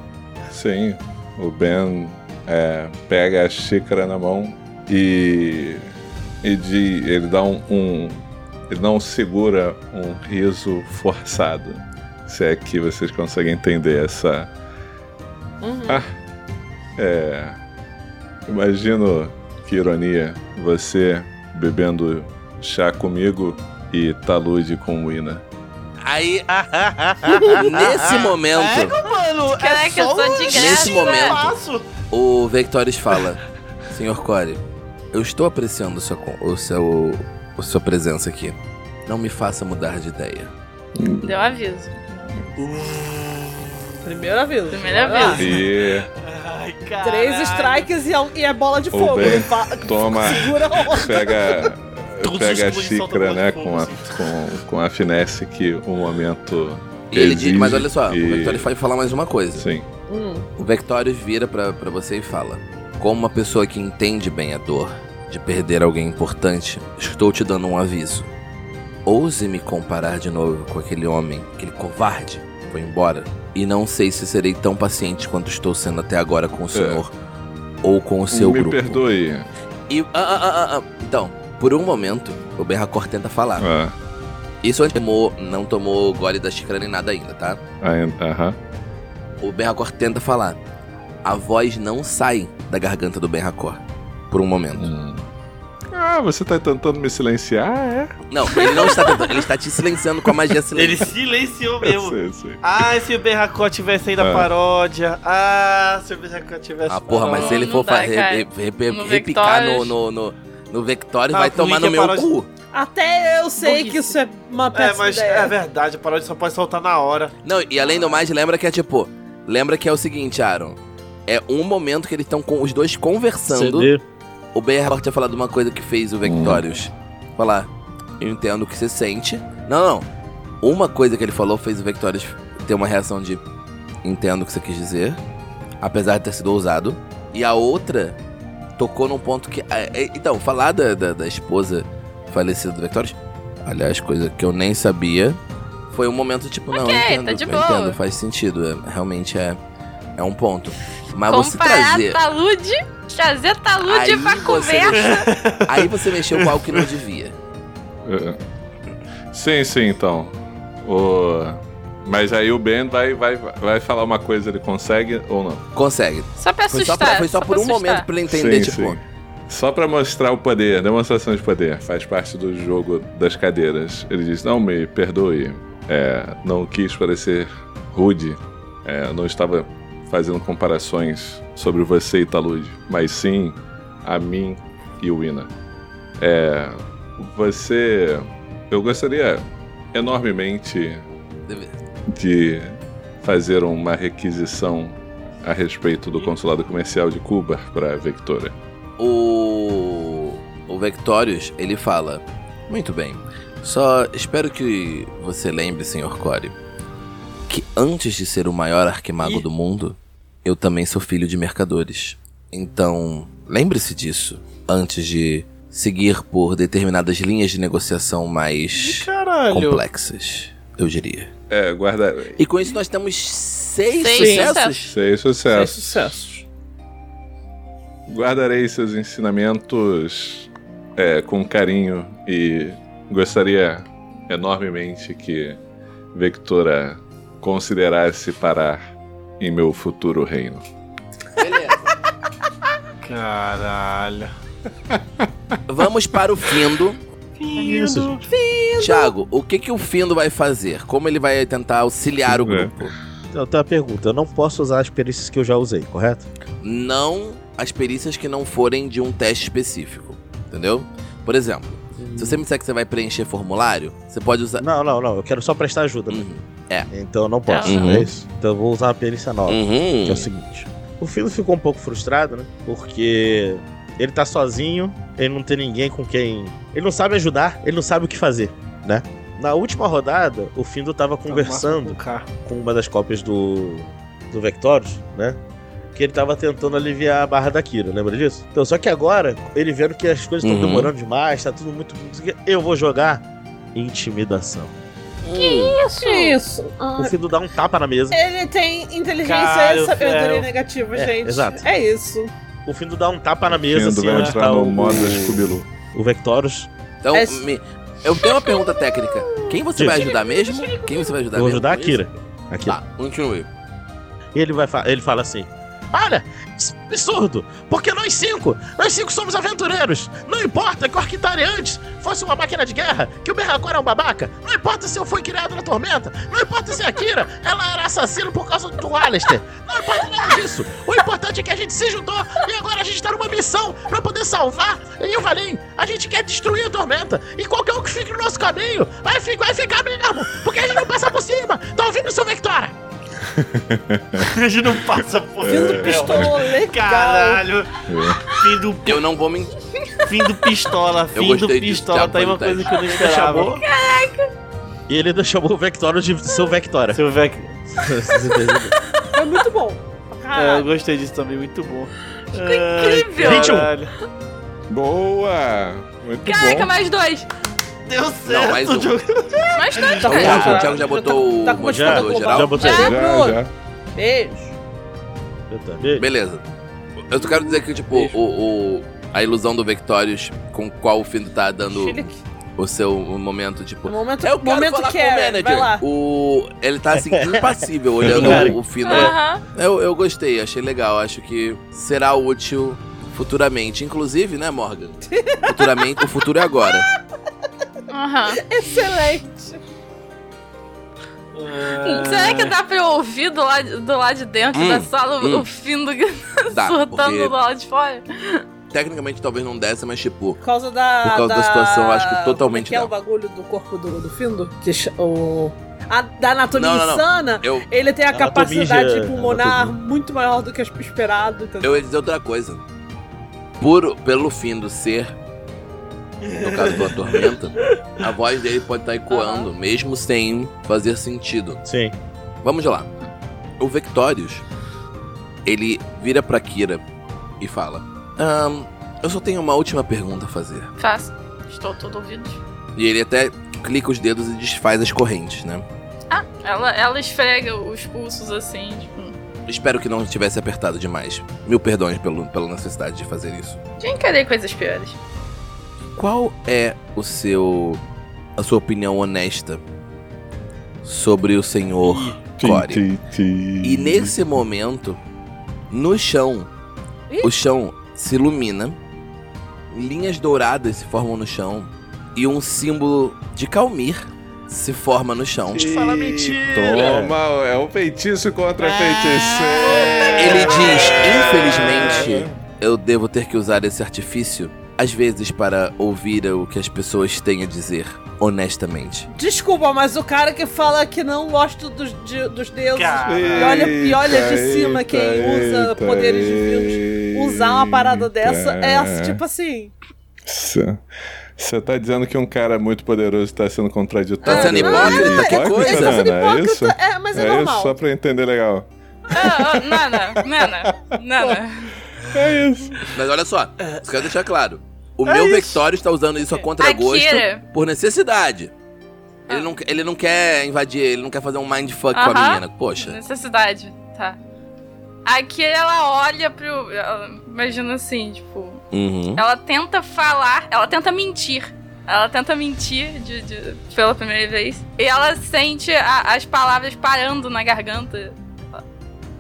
B: Sim, o Ben é, pega a xícara na mão e. e de- ele dá um, um- Ele não segura um riso forçado. Se é que vocês conseguem entender essa.
E: Uhum.
B: Ah, é. Imagino que ironia você bebendo chá comigo e talude com Wina.
A: Aí, nesse momento,
F: Caraca, mano. é
C: Caraca,
F: só
C: eu sou né? de
F: um
C: graça.
A: Nesse momento.
F: espaço.
A: o Vectorius fala: Senhor Core, eu estou apreciando sua, con- o seu, o sua presença aqui. Não me faça mudar de ideia.
C: Deu aviso.
E: Primeira vez.
C: Primeira
E: Vai lá.
C: vez.
B: E
F: Ai, caralho.
E: Três strikes e a, e a bola de
B: Ô,
E: fogo.
B: bem.
E: Ele fa-
B: toma.
E: Segura a onda.
B: pega,
F: Todos
B: pega a
F: os punhos
B: xícara,
F: soltam
B: né,
F: fogo,
B: com a,
F: assim.
B: com, com a finesse que o momento
A: E ele diz,
B: Exige
A: mas olha só, o
B: que-
A: Vectorius vai falar mais uma coisa.
B: sim.
E: Hum,
A: O Vectorius vira pra pra você e fala: Como uma pessoa que entende bem a dor de perder alguém importante, estou te dando um aviso. Ouse me comparar de novo com aquele homem, aquele covarde, que foi embora. E não sei se serei tão paciente quanto estou sendo até agora com o senhor ou com o seu
B: É. Me
A: grupo.
B: perdoe.
A: E ah, ah, ah, ah, ah. então, por um momento, o Berracor tenta falar.
B: Ah,
A: Isso antes tomou, não tomou gole da xícara nem nada ainda, tá?
B: ainda- ah, aham.
A: O Ben Hakor tenta falar. A voz não sai da garganta do Ben Hakor por um momento.
B: Hum. Ah, você tá tentando me silenciar? É?
A: Não, ele não está tentando, ele está te silenciando com a magia
F: Ele
A: silenciosa.
F: silenciou
B: Eu
F: mesmo.
B: sei, eu sei.
F: Ah, se o Berracó tivesse aí da
B: É.
F: paródia. Ah, se o Berracó tivesse.
A: Ah, porra, mas se ele
C: Não
A: for
C: dá,
A: fazer,
C: cara.
A: re- re- re- repicar
C: No
A: no,
C: Vectórios.
A: no, no, no Vectório,
F: Ah,
A: vai
F: o
A: tomar
F: Wiki
A: no
F: é
A: meu
F: parado-
A: cu.
E: Até eu sei
C: Burrice.
E: que isso é uma
F: É,
E: péssima
F: mas
E: ideia.
F: é verdade, a paródia só pode soltar na hora.
A: Não, e além do mais, lembra que é tipo. Lembra que é o seguinte, Aaron. É um momento que eles estão com os dois conversando.
D: CD.
A: O BR tinha falado uma coisa que fez o Vectorious. Falar, eu entendo o que você sente. Não, não. Uma coisa que ele falou fez o Vectorious ter uma reação de entendo o que você quis dizer. Apesar de ter sido ousado. E a outra tocou num ponto que. é, é, Então, falar da, da, da esposa falecida do Vectorious. Aliás, coisa que eu nem sabia. Foi um momento tipo, não, eu
C: Ok,
A: entendo,
C: tá de
A: eu
C: boa.
A: entendo, faz sentido. é- realmente é, é um ponto. Mas você
C: Comparar
A: trazer.
C: talude, trazer talude
A: Aí
C: pra
A: você
C: conversa.
A: mexeu- aí você mexeu com algo que não devia.
B: É. Sim, sim, então. O... Mas aí o Ben vai, vai, vai falar uma coisa, ele consegue ou não?
A: Consegue.
C: Só pra
A: Foi
C: assustar.
A: só, pra- foi só por
C: pra
A: um
C: assustar.
A: momento pra ele entender,
B: sim,
A: tipo.
B: sim. Só pra mostrar o poder, demonstração de poder. Faz parte do jogo das cadeiras. Ele diz: Não me perdoe, é, não quis parecer rude, é, não estava fazendo comparações sobre você e Talude, mas sim a mim e o Ina. É, você. Eu gostaria enormemente
A: deve-
B: de fazer uma requisição a respeito do consulado comercial de Cuba para Victoria.
A: O. O Vectorius, ele fala. Muito bem. Só espero que você lembre, Sr. Core, que antes de ser o maior arquimago
F: Ih.
A: do mundo, eu também sou filho de mercadores. Então, lembre-se disso antes de seguir por determinadas linhas de negociação
F: Ih,
A: mais
F: caralho.
A: complexas, eu diria.
B: É, guarda.
A: E com isso nós temos seis,
C: Seis
A: sucessos?
C: sucessos.
B: Seis
F: Seis
B: sucessos.
F: sucessos.
B: Guardarei seus ensinamentos é, com carinho e gostaria enormemente que Victora considerasse parar em meu futuro reino.
A: Beleza.
F: Caralho.
A: Vamos para o Findo.
D: É Isso, gente.
A: Thiago, o que, que o Findo vai fazer? Como ele vai tentar auxiliar o
B: É.
A: grupo?
D: Então tem uma pergunta. Eu não posso usar as perícias que eu já usei, correto?
A: Não as perícias que não forem de um teste específico. Entendeu? Por exemplo, se você me disser que você vai preencher formulário, você pode usar.
D: Não, não, não. Eu quero só prestar ajuda. né?
A: Uhum.
D: Então eu não posso.
A: Uhum.
D: É isso? Então eu vou usar uma perícia nova. Que é
A: Uhum.
D: o seguinte. O filho ficou um pouco frustrado, né? Porque ele tá sozinho, ele não tem ninguém com quem. Ele não sabe ajudar, ele não sabe o que fazer, né? Na última rodada, o Findo
F: Tá
D: tava conversando com uma das cópias do, do Vectorius, né? Que ele tava tentando aliviar a barra da Kira, lembra disso? Então, só que agora, ele vendo que as coisas estão
A: Uhum.
D: demorando demais, tá tudo muito. muito- Eu vou jogar intimidação.
A: Hum.
E: Isso. Isso. Ah,
D: O Findo dá um tapa na mesa.
E: Ele tem inteligência
F: Cara,
E: e sabedoria
F: eu-
E: negativa,
D: É,
E: gente.
D: exato.
E: É isso.
D: O Findo dá um tapa na mesa,
B: Findo
D: assim,
B: vai
D: onde tá
B: entrar no
D: o,
B: modo Scooby-Doo.
D: o Vectorius.
A: Então,
E: É-
A: me- eu tenho uma pergunta técnica. Quem você vai
D: Diga.
A: ajudar mesmo? Quem você vai ajudar
D: Eu
A: mesmo?
D: vou ajudar a
A: com
D: Kira. A
A: isso?
D: Kira.
A: Tá, continue.
D: Ele, vai fa- ele fala assim: Para! Isso é um absurdo! Porque nós cinco, nós cinco somos aventureiros! Não importa que o Arquitariante fosse uma máquina de guerra, que o Berracor é um babaca, não importa se eu fui criado na tormenta, não importa se a Kira ela era assassino por causa do Alistair, não importa nada disso! O importante é que a gente se juntou e agora a gente tá numa missão pra poder salvar Yuvalim! A gente quer destruir a tormenta e qualquer um que fique no nosso caminho vai, fi- vai ficar mesmo! Porque a gente não passa por cima! Tá ouvindo, seu Victoria?
F: A gente não passa
A: É,
F: por
E: Vindo
F: Mel.
E: pistolou legal.
F: Caralho. Fim do,
A: Eu não vou
E: Tá
A: me.
F: fim do pistola. Fim do
A: gostei disso,
F: pistola.
A: Thiago,
F: Tá aí uma
A: quando tá
F: coisa que eu não
D: Chamou?
F: esperava.
D: E ele ainda chamou o Vectora de seu Vectora.
F: Seu Vec.
D: Vocês entenderam?
E: Foi muito bom.
F: É, eu
E: Caralho.
F: gostei disso também, muito bom. Ficou
C: incrível.
D: 21.
B: Boa! Muito
C: Caraca,
B: bom.
C: mais dois.
F: Deu certo,
A: mais um.
F: Diogo.
C: Mais dois,
E: Tá
A: O
C: cara.
E: bom.
A: Thiago, o Thiago já botou
E: tá
A: o
E: com
D: Já,
A: modificador
E: uma
A: geral.
D: já botei.
E: Ah,
B: Já,
E: Bruno.
B: já.
E: Beijo.
D: Eu também.
A: Beleza. Eu só quero dizer que, tipo,
F: Beijo.
A: o, o- a ilusão do Vectorius com qual o Findo tá dando
E: Chile aqui.
A: o seu momento, tipo.
E: No momento,
A: Eu quero
E: momento
A: falar
E: que
A: com o
E: era. Vai lá.
A: manager. O, ele tá assim, impassível, olhando
D: Cara.
A: o, o Findo.
C: Aham.
A: Eu, eu gostei, achei legal. Acho que será útil Futuramente. Inclusive, né, Morgan? Futuramente, o futuro é agora.
C: Aham.
E: Excelente.
F: Ah,
C: Será que dá pra eu ouvir do lado, do lado de dentro
A: Hum,
C: da sala o-
A: hum.
C: o fim do
A: Dá,
C: surtando
A: porque-
C: do lado de fora?
A: Tecnicamente talvez não desse, mas tipo,
E: Por causa da.
A: Por causa da situação, eu acho que totalmente
E: Como é que é
A: não.
E: o bagulho do corpo do, do Findo? Que cha- o... a, da anatomia
A: Não, não, não.
E: insana,
A: eu,
E: ele tem a
D: Anatomia,
E: capacidade
D: é,
E: pulmonar
D: anatomia.
E: muito maior do que o esperado. entendeu?
A: eu ia dizer outra coisa. Por, pelo fim do ser, tocado pela tormenta, a voz dele pode estar ecoando, mesmo sem fazer sentido.
D: Sim.
A: Vamos lá. O Vectorius, ele vira pra Kira e fala: "Ahn, Eu só tenho uma última pergunta a fazer.
C: Faço. Estou todo ouvido.
A: E ele até clica os dedos e desfaz as correntes, né?
C: Ah, ela, ela esfrega os pulsos assim, tipo.
A: Espero que não tivesse apertado demais. Mil perdões pelo, pela necessidade de fazer isso.
C: Já encarei coisas piores.
A: Qual é o seu. a sua opinião honesta sobre o senhor Core? E nesse momento, no chão,
E: Ih.
A: o chão se ilumina, linhas douradas se formam no chão e um símbolo de Calmir se forma no chão.
D: Te fala mentira.
B: Toma, é um feitiço contra
F: Ah!
B: feiticeiro.
A: Ele diz: infelizmente, eu devo ter que usar esse artifício às vezes para ouvir o que as pessoas têm a dizer, honestamente.
E: Desculpa, mas o cara que fala que não gosta dos, de- dos deuses.
F: Cara.
E: E olha- e olha de cima quem usa poderes divinos. Usar uma parada dessa é tipo assim.
B: Você tá dizendo que um cara muito poderoso tá sendo contraditório?
A: Tá sendo hipócrita? Que
B: Hipócrita,
A: coisa?
E: Ele tá sendo
B: Nana, É isso?
E: hipócrita, é, mas é,
B: É isso,
E: normal.
B: só pra eu entender legal.
C: Ah, ah, Nana, Nana, Nana.
B: É isso.
A: Mas olha só, isso quero deixar claro. O meu Vectório está usando isso a
C: A
A: contragosto
C: Kira.
A: por necessidade. Ele não, ele não quer invadir, ele não quer fazer um mindfuck com a
C: Ah. Aham.
A: menina. Poxa.
C: Necessidade, tá. A Kira, ela olha pro. ela- imagina assim, tipo.
A: Uhum.
C: Ela tenta falar, ela tenta mentir. Ela tenta mentir de- de- pela primeira vez. E ela sente a- as palavras parando na garganta.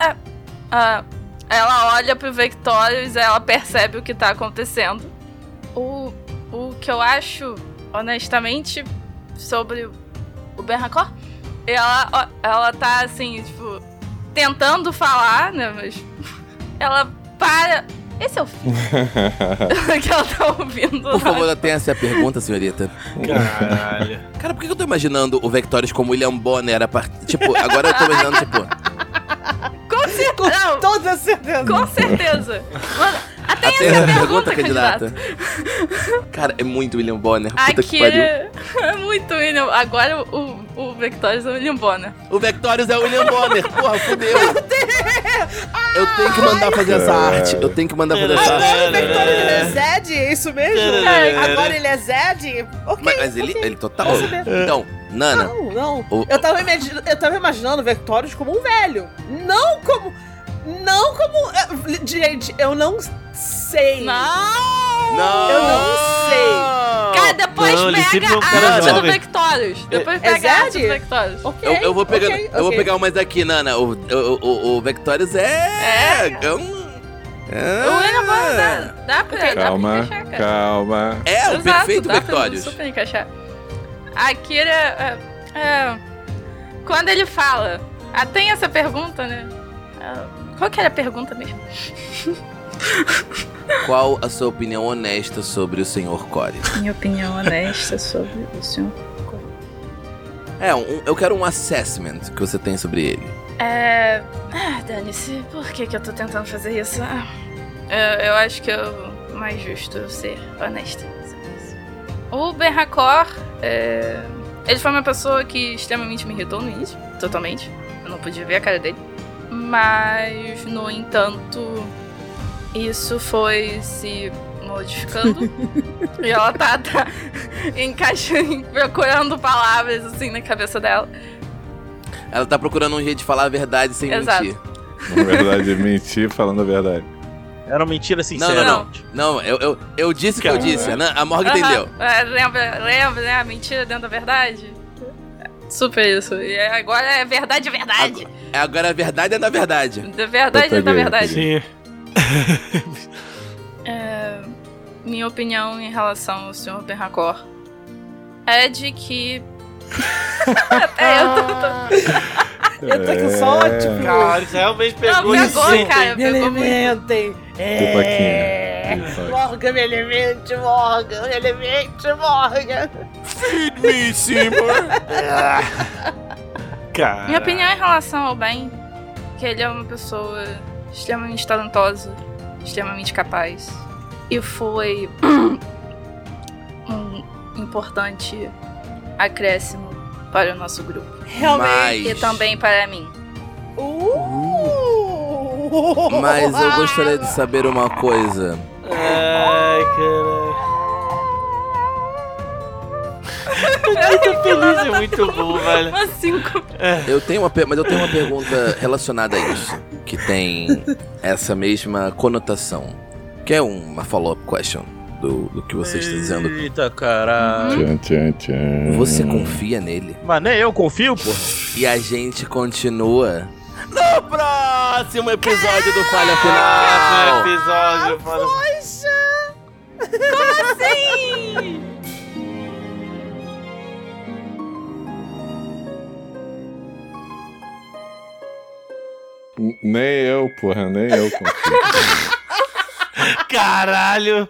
C: Ah, ah, ela olha pro Victorious e ela percebe o que tá acontecendo. O, o que eu acho, honestamente, sobre o Bernacor, ela, ó, ela tá assim, tipo, tentando falar, né? Mas ela para. Esse é o fim que ela tá ouvindo.
A: Por
C: né?
A: favor, tenha essa pergunta, senhorita.
F: Caralho.
A: Cara, por que eu tô imaginando o Vectorius como William Bonner? A part... Tipo, agora eu tô imaginando, tipo...
C: Com certeza. Não,
E: Toda certeza.
C: com certeza. Mano, até
A: a
C: essa é
A: terceira
C: pergunta, candidata.
A: Cara, é muito William Bonner. Puta que
C: Aqui
A: pariu.
C: é muito William. Agora o, o Victorious é o William Bonner.
A: O Vectorius é o William Bonner. Porra, fudeu. Eu tenho que mandar fazer essa arte. Eu tenho que mandar fazer essa arte.
E: Agora o Vector ele é Zed, é isso mesmo?
F: É.
E: Agora ele é Zed? Ok.
A: Mas, mas ele, ele total...
E: Posso ver?
A: Então, Nana...
E: Não, não.
A: O-
E: Eu tava, imagi- eu tava imaginando o Vectorius como um velho. Não como. Não como. eh, Gente, eu não sei.
C: Não!
A: Não!
E: Eu não sei.
C: Cara, depois
F: Não, ele
C: pega
F: sempre é um
C: a
F: cara
C: arte do
F: jovem.
C: Victorious. Depois pega a arte do
E: Zed?
C: Victorious.
E: Ok.
A: Eu, eu vou pegar,
E: ok,
A: eu vou
E: ok.
A: pegar umas aqui, Nana. O, o, o, o Vectorius é. É. um- é-
C: O William Bonner dá, dá pra,
A: tá
C: dá pra
B: Calma,
C: encaixar, cara.
B: calma.
A: É, o
C: Exato,
A: perfeito
C: dá pra
A: Vectorius.
C: super encaixar. A Kira. é, é, quando ele fala. Ah, tem essa pergunta, né? Ah, Qual que era a pergunta mesmo?
A: Qual a sua opinião honesta sobre o Sr. Core?
C: Minha opinião honesta sobre o senhor.
A: É, um- eu quero um assessment que você tem sobre ele.
C: É. Ah, dane-se, por que, que eu tô tentando fazer isso? Ah, Eu, eu acho que é o mais justo eu ser honesta sobre isso. O Ben Hakor, é, ele foi uma pessoa que extremamente me irritou no início, totalmente. Eu não podia ver a cara dele. Mas, no entanto, isso foi se modificando. e ela tá, tá encaixando, procurando palavras assim na cabeça dela.
A: Ela tá procurando um jeito de falar a verdade sem
C: Exato.
A: mentir.
B: Na verdade, mentir falando a verdade.
D: Era uma mentira assim. sincera.
A: não, Não, eu, eu, eu disse o que eu disse. A, Nan- a Morgan
C: Aham.
A: entendeu.
C: É, lembra, lembra, né? A mentira dentro da verdade. Super isso. E agora é verdade, verdade.
A: Agora, agora a verdade é da verdade.
C: Da verdade
B: Eu
C: dentro da
B: peguei, eu
C: verdade.
F: Sim.
C: É, minha opinião em relação ao Sr. Berracor é de que. Até eu tô. tô...
E: Eu tô aqui só,
B: É.
E: tipo,
F: Caralho, você realmente
C: Não,
F: pegou isso.
C: pegou, cara.
E: me
C: Pegou muito.
E: alimentem. É.
B: Pipoquinha. Pipoca.
E: Morgan, me alimente, Morgan, me alimente, Morgan.
F: Feed me, Seymour. Cara.
C: Minha opinião em relação ao Ben, que ele é uma pessoa extremamente talentosa, extremamente capaz. E foi um importante acréscimo para o nosso grupo.
E: Realmente.
C: E
A: Mas-
C: também para mim.
E: Uh!
A: Mas eu gostaria de saber uma coisa.
F: Ai, cara. Muito feliz é muito bom, velho.
C: Uma cinco.
A: Eu tenho uma, per- mas eu tenho uma pergunta relacionada a isso, que tem essa mesma conotação. Que é uma follow-up question do, do que você está dizendo.
D: Eita, caralho.
B: Tchan, tchan, tchan.
A: Você confia nele?
D: Mas nem eu confio, pô.
A: E a gente continua no próximo episódio do Falha
F: Ah,
A: Final.
F: episódio, mano.
C: Ah,
B: N- Nem eu, porra, nem eu confio.
F: Caralho.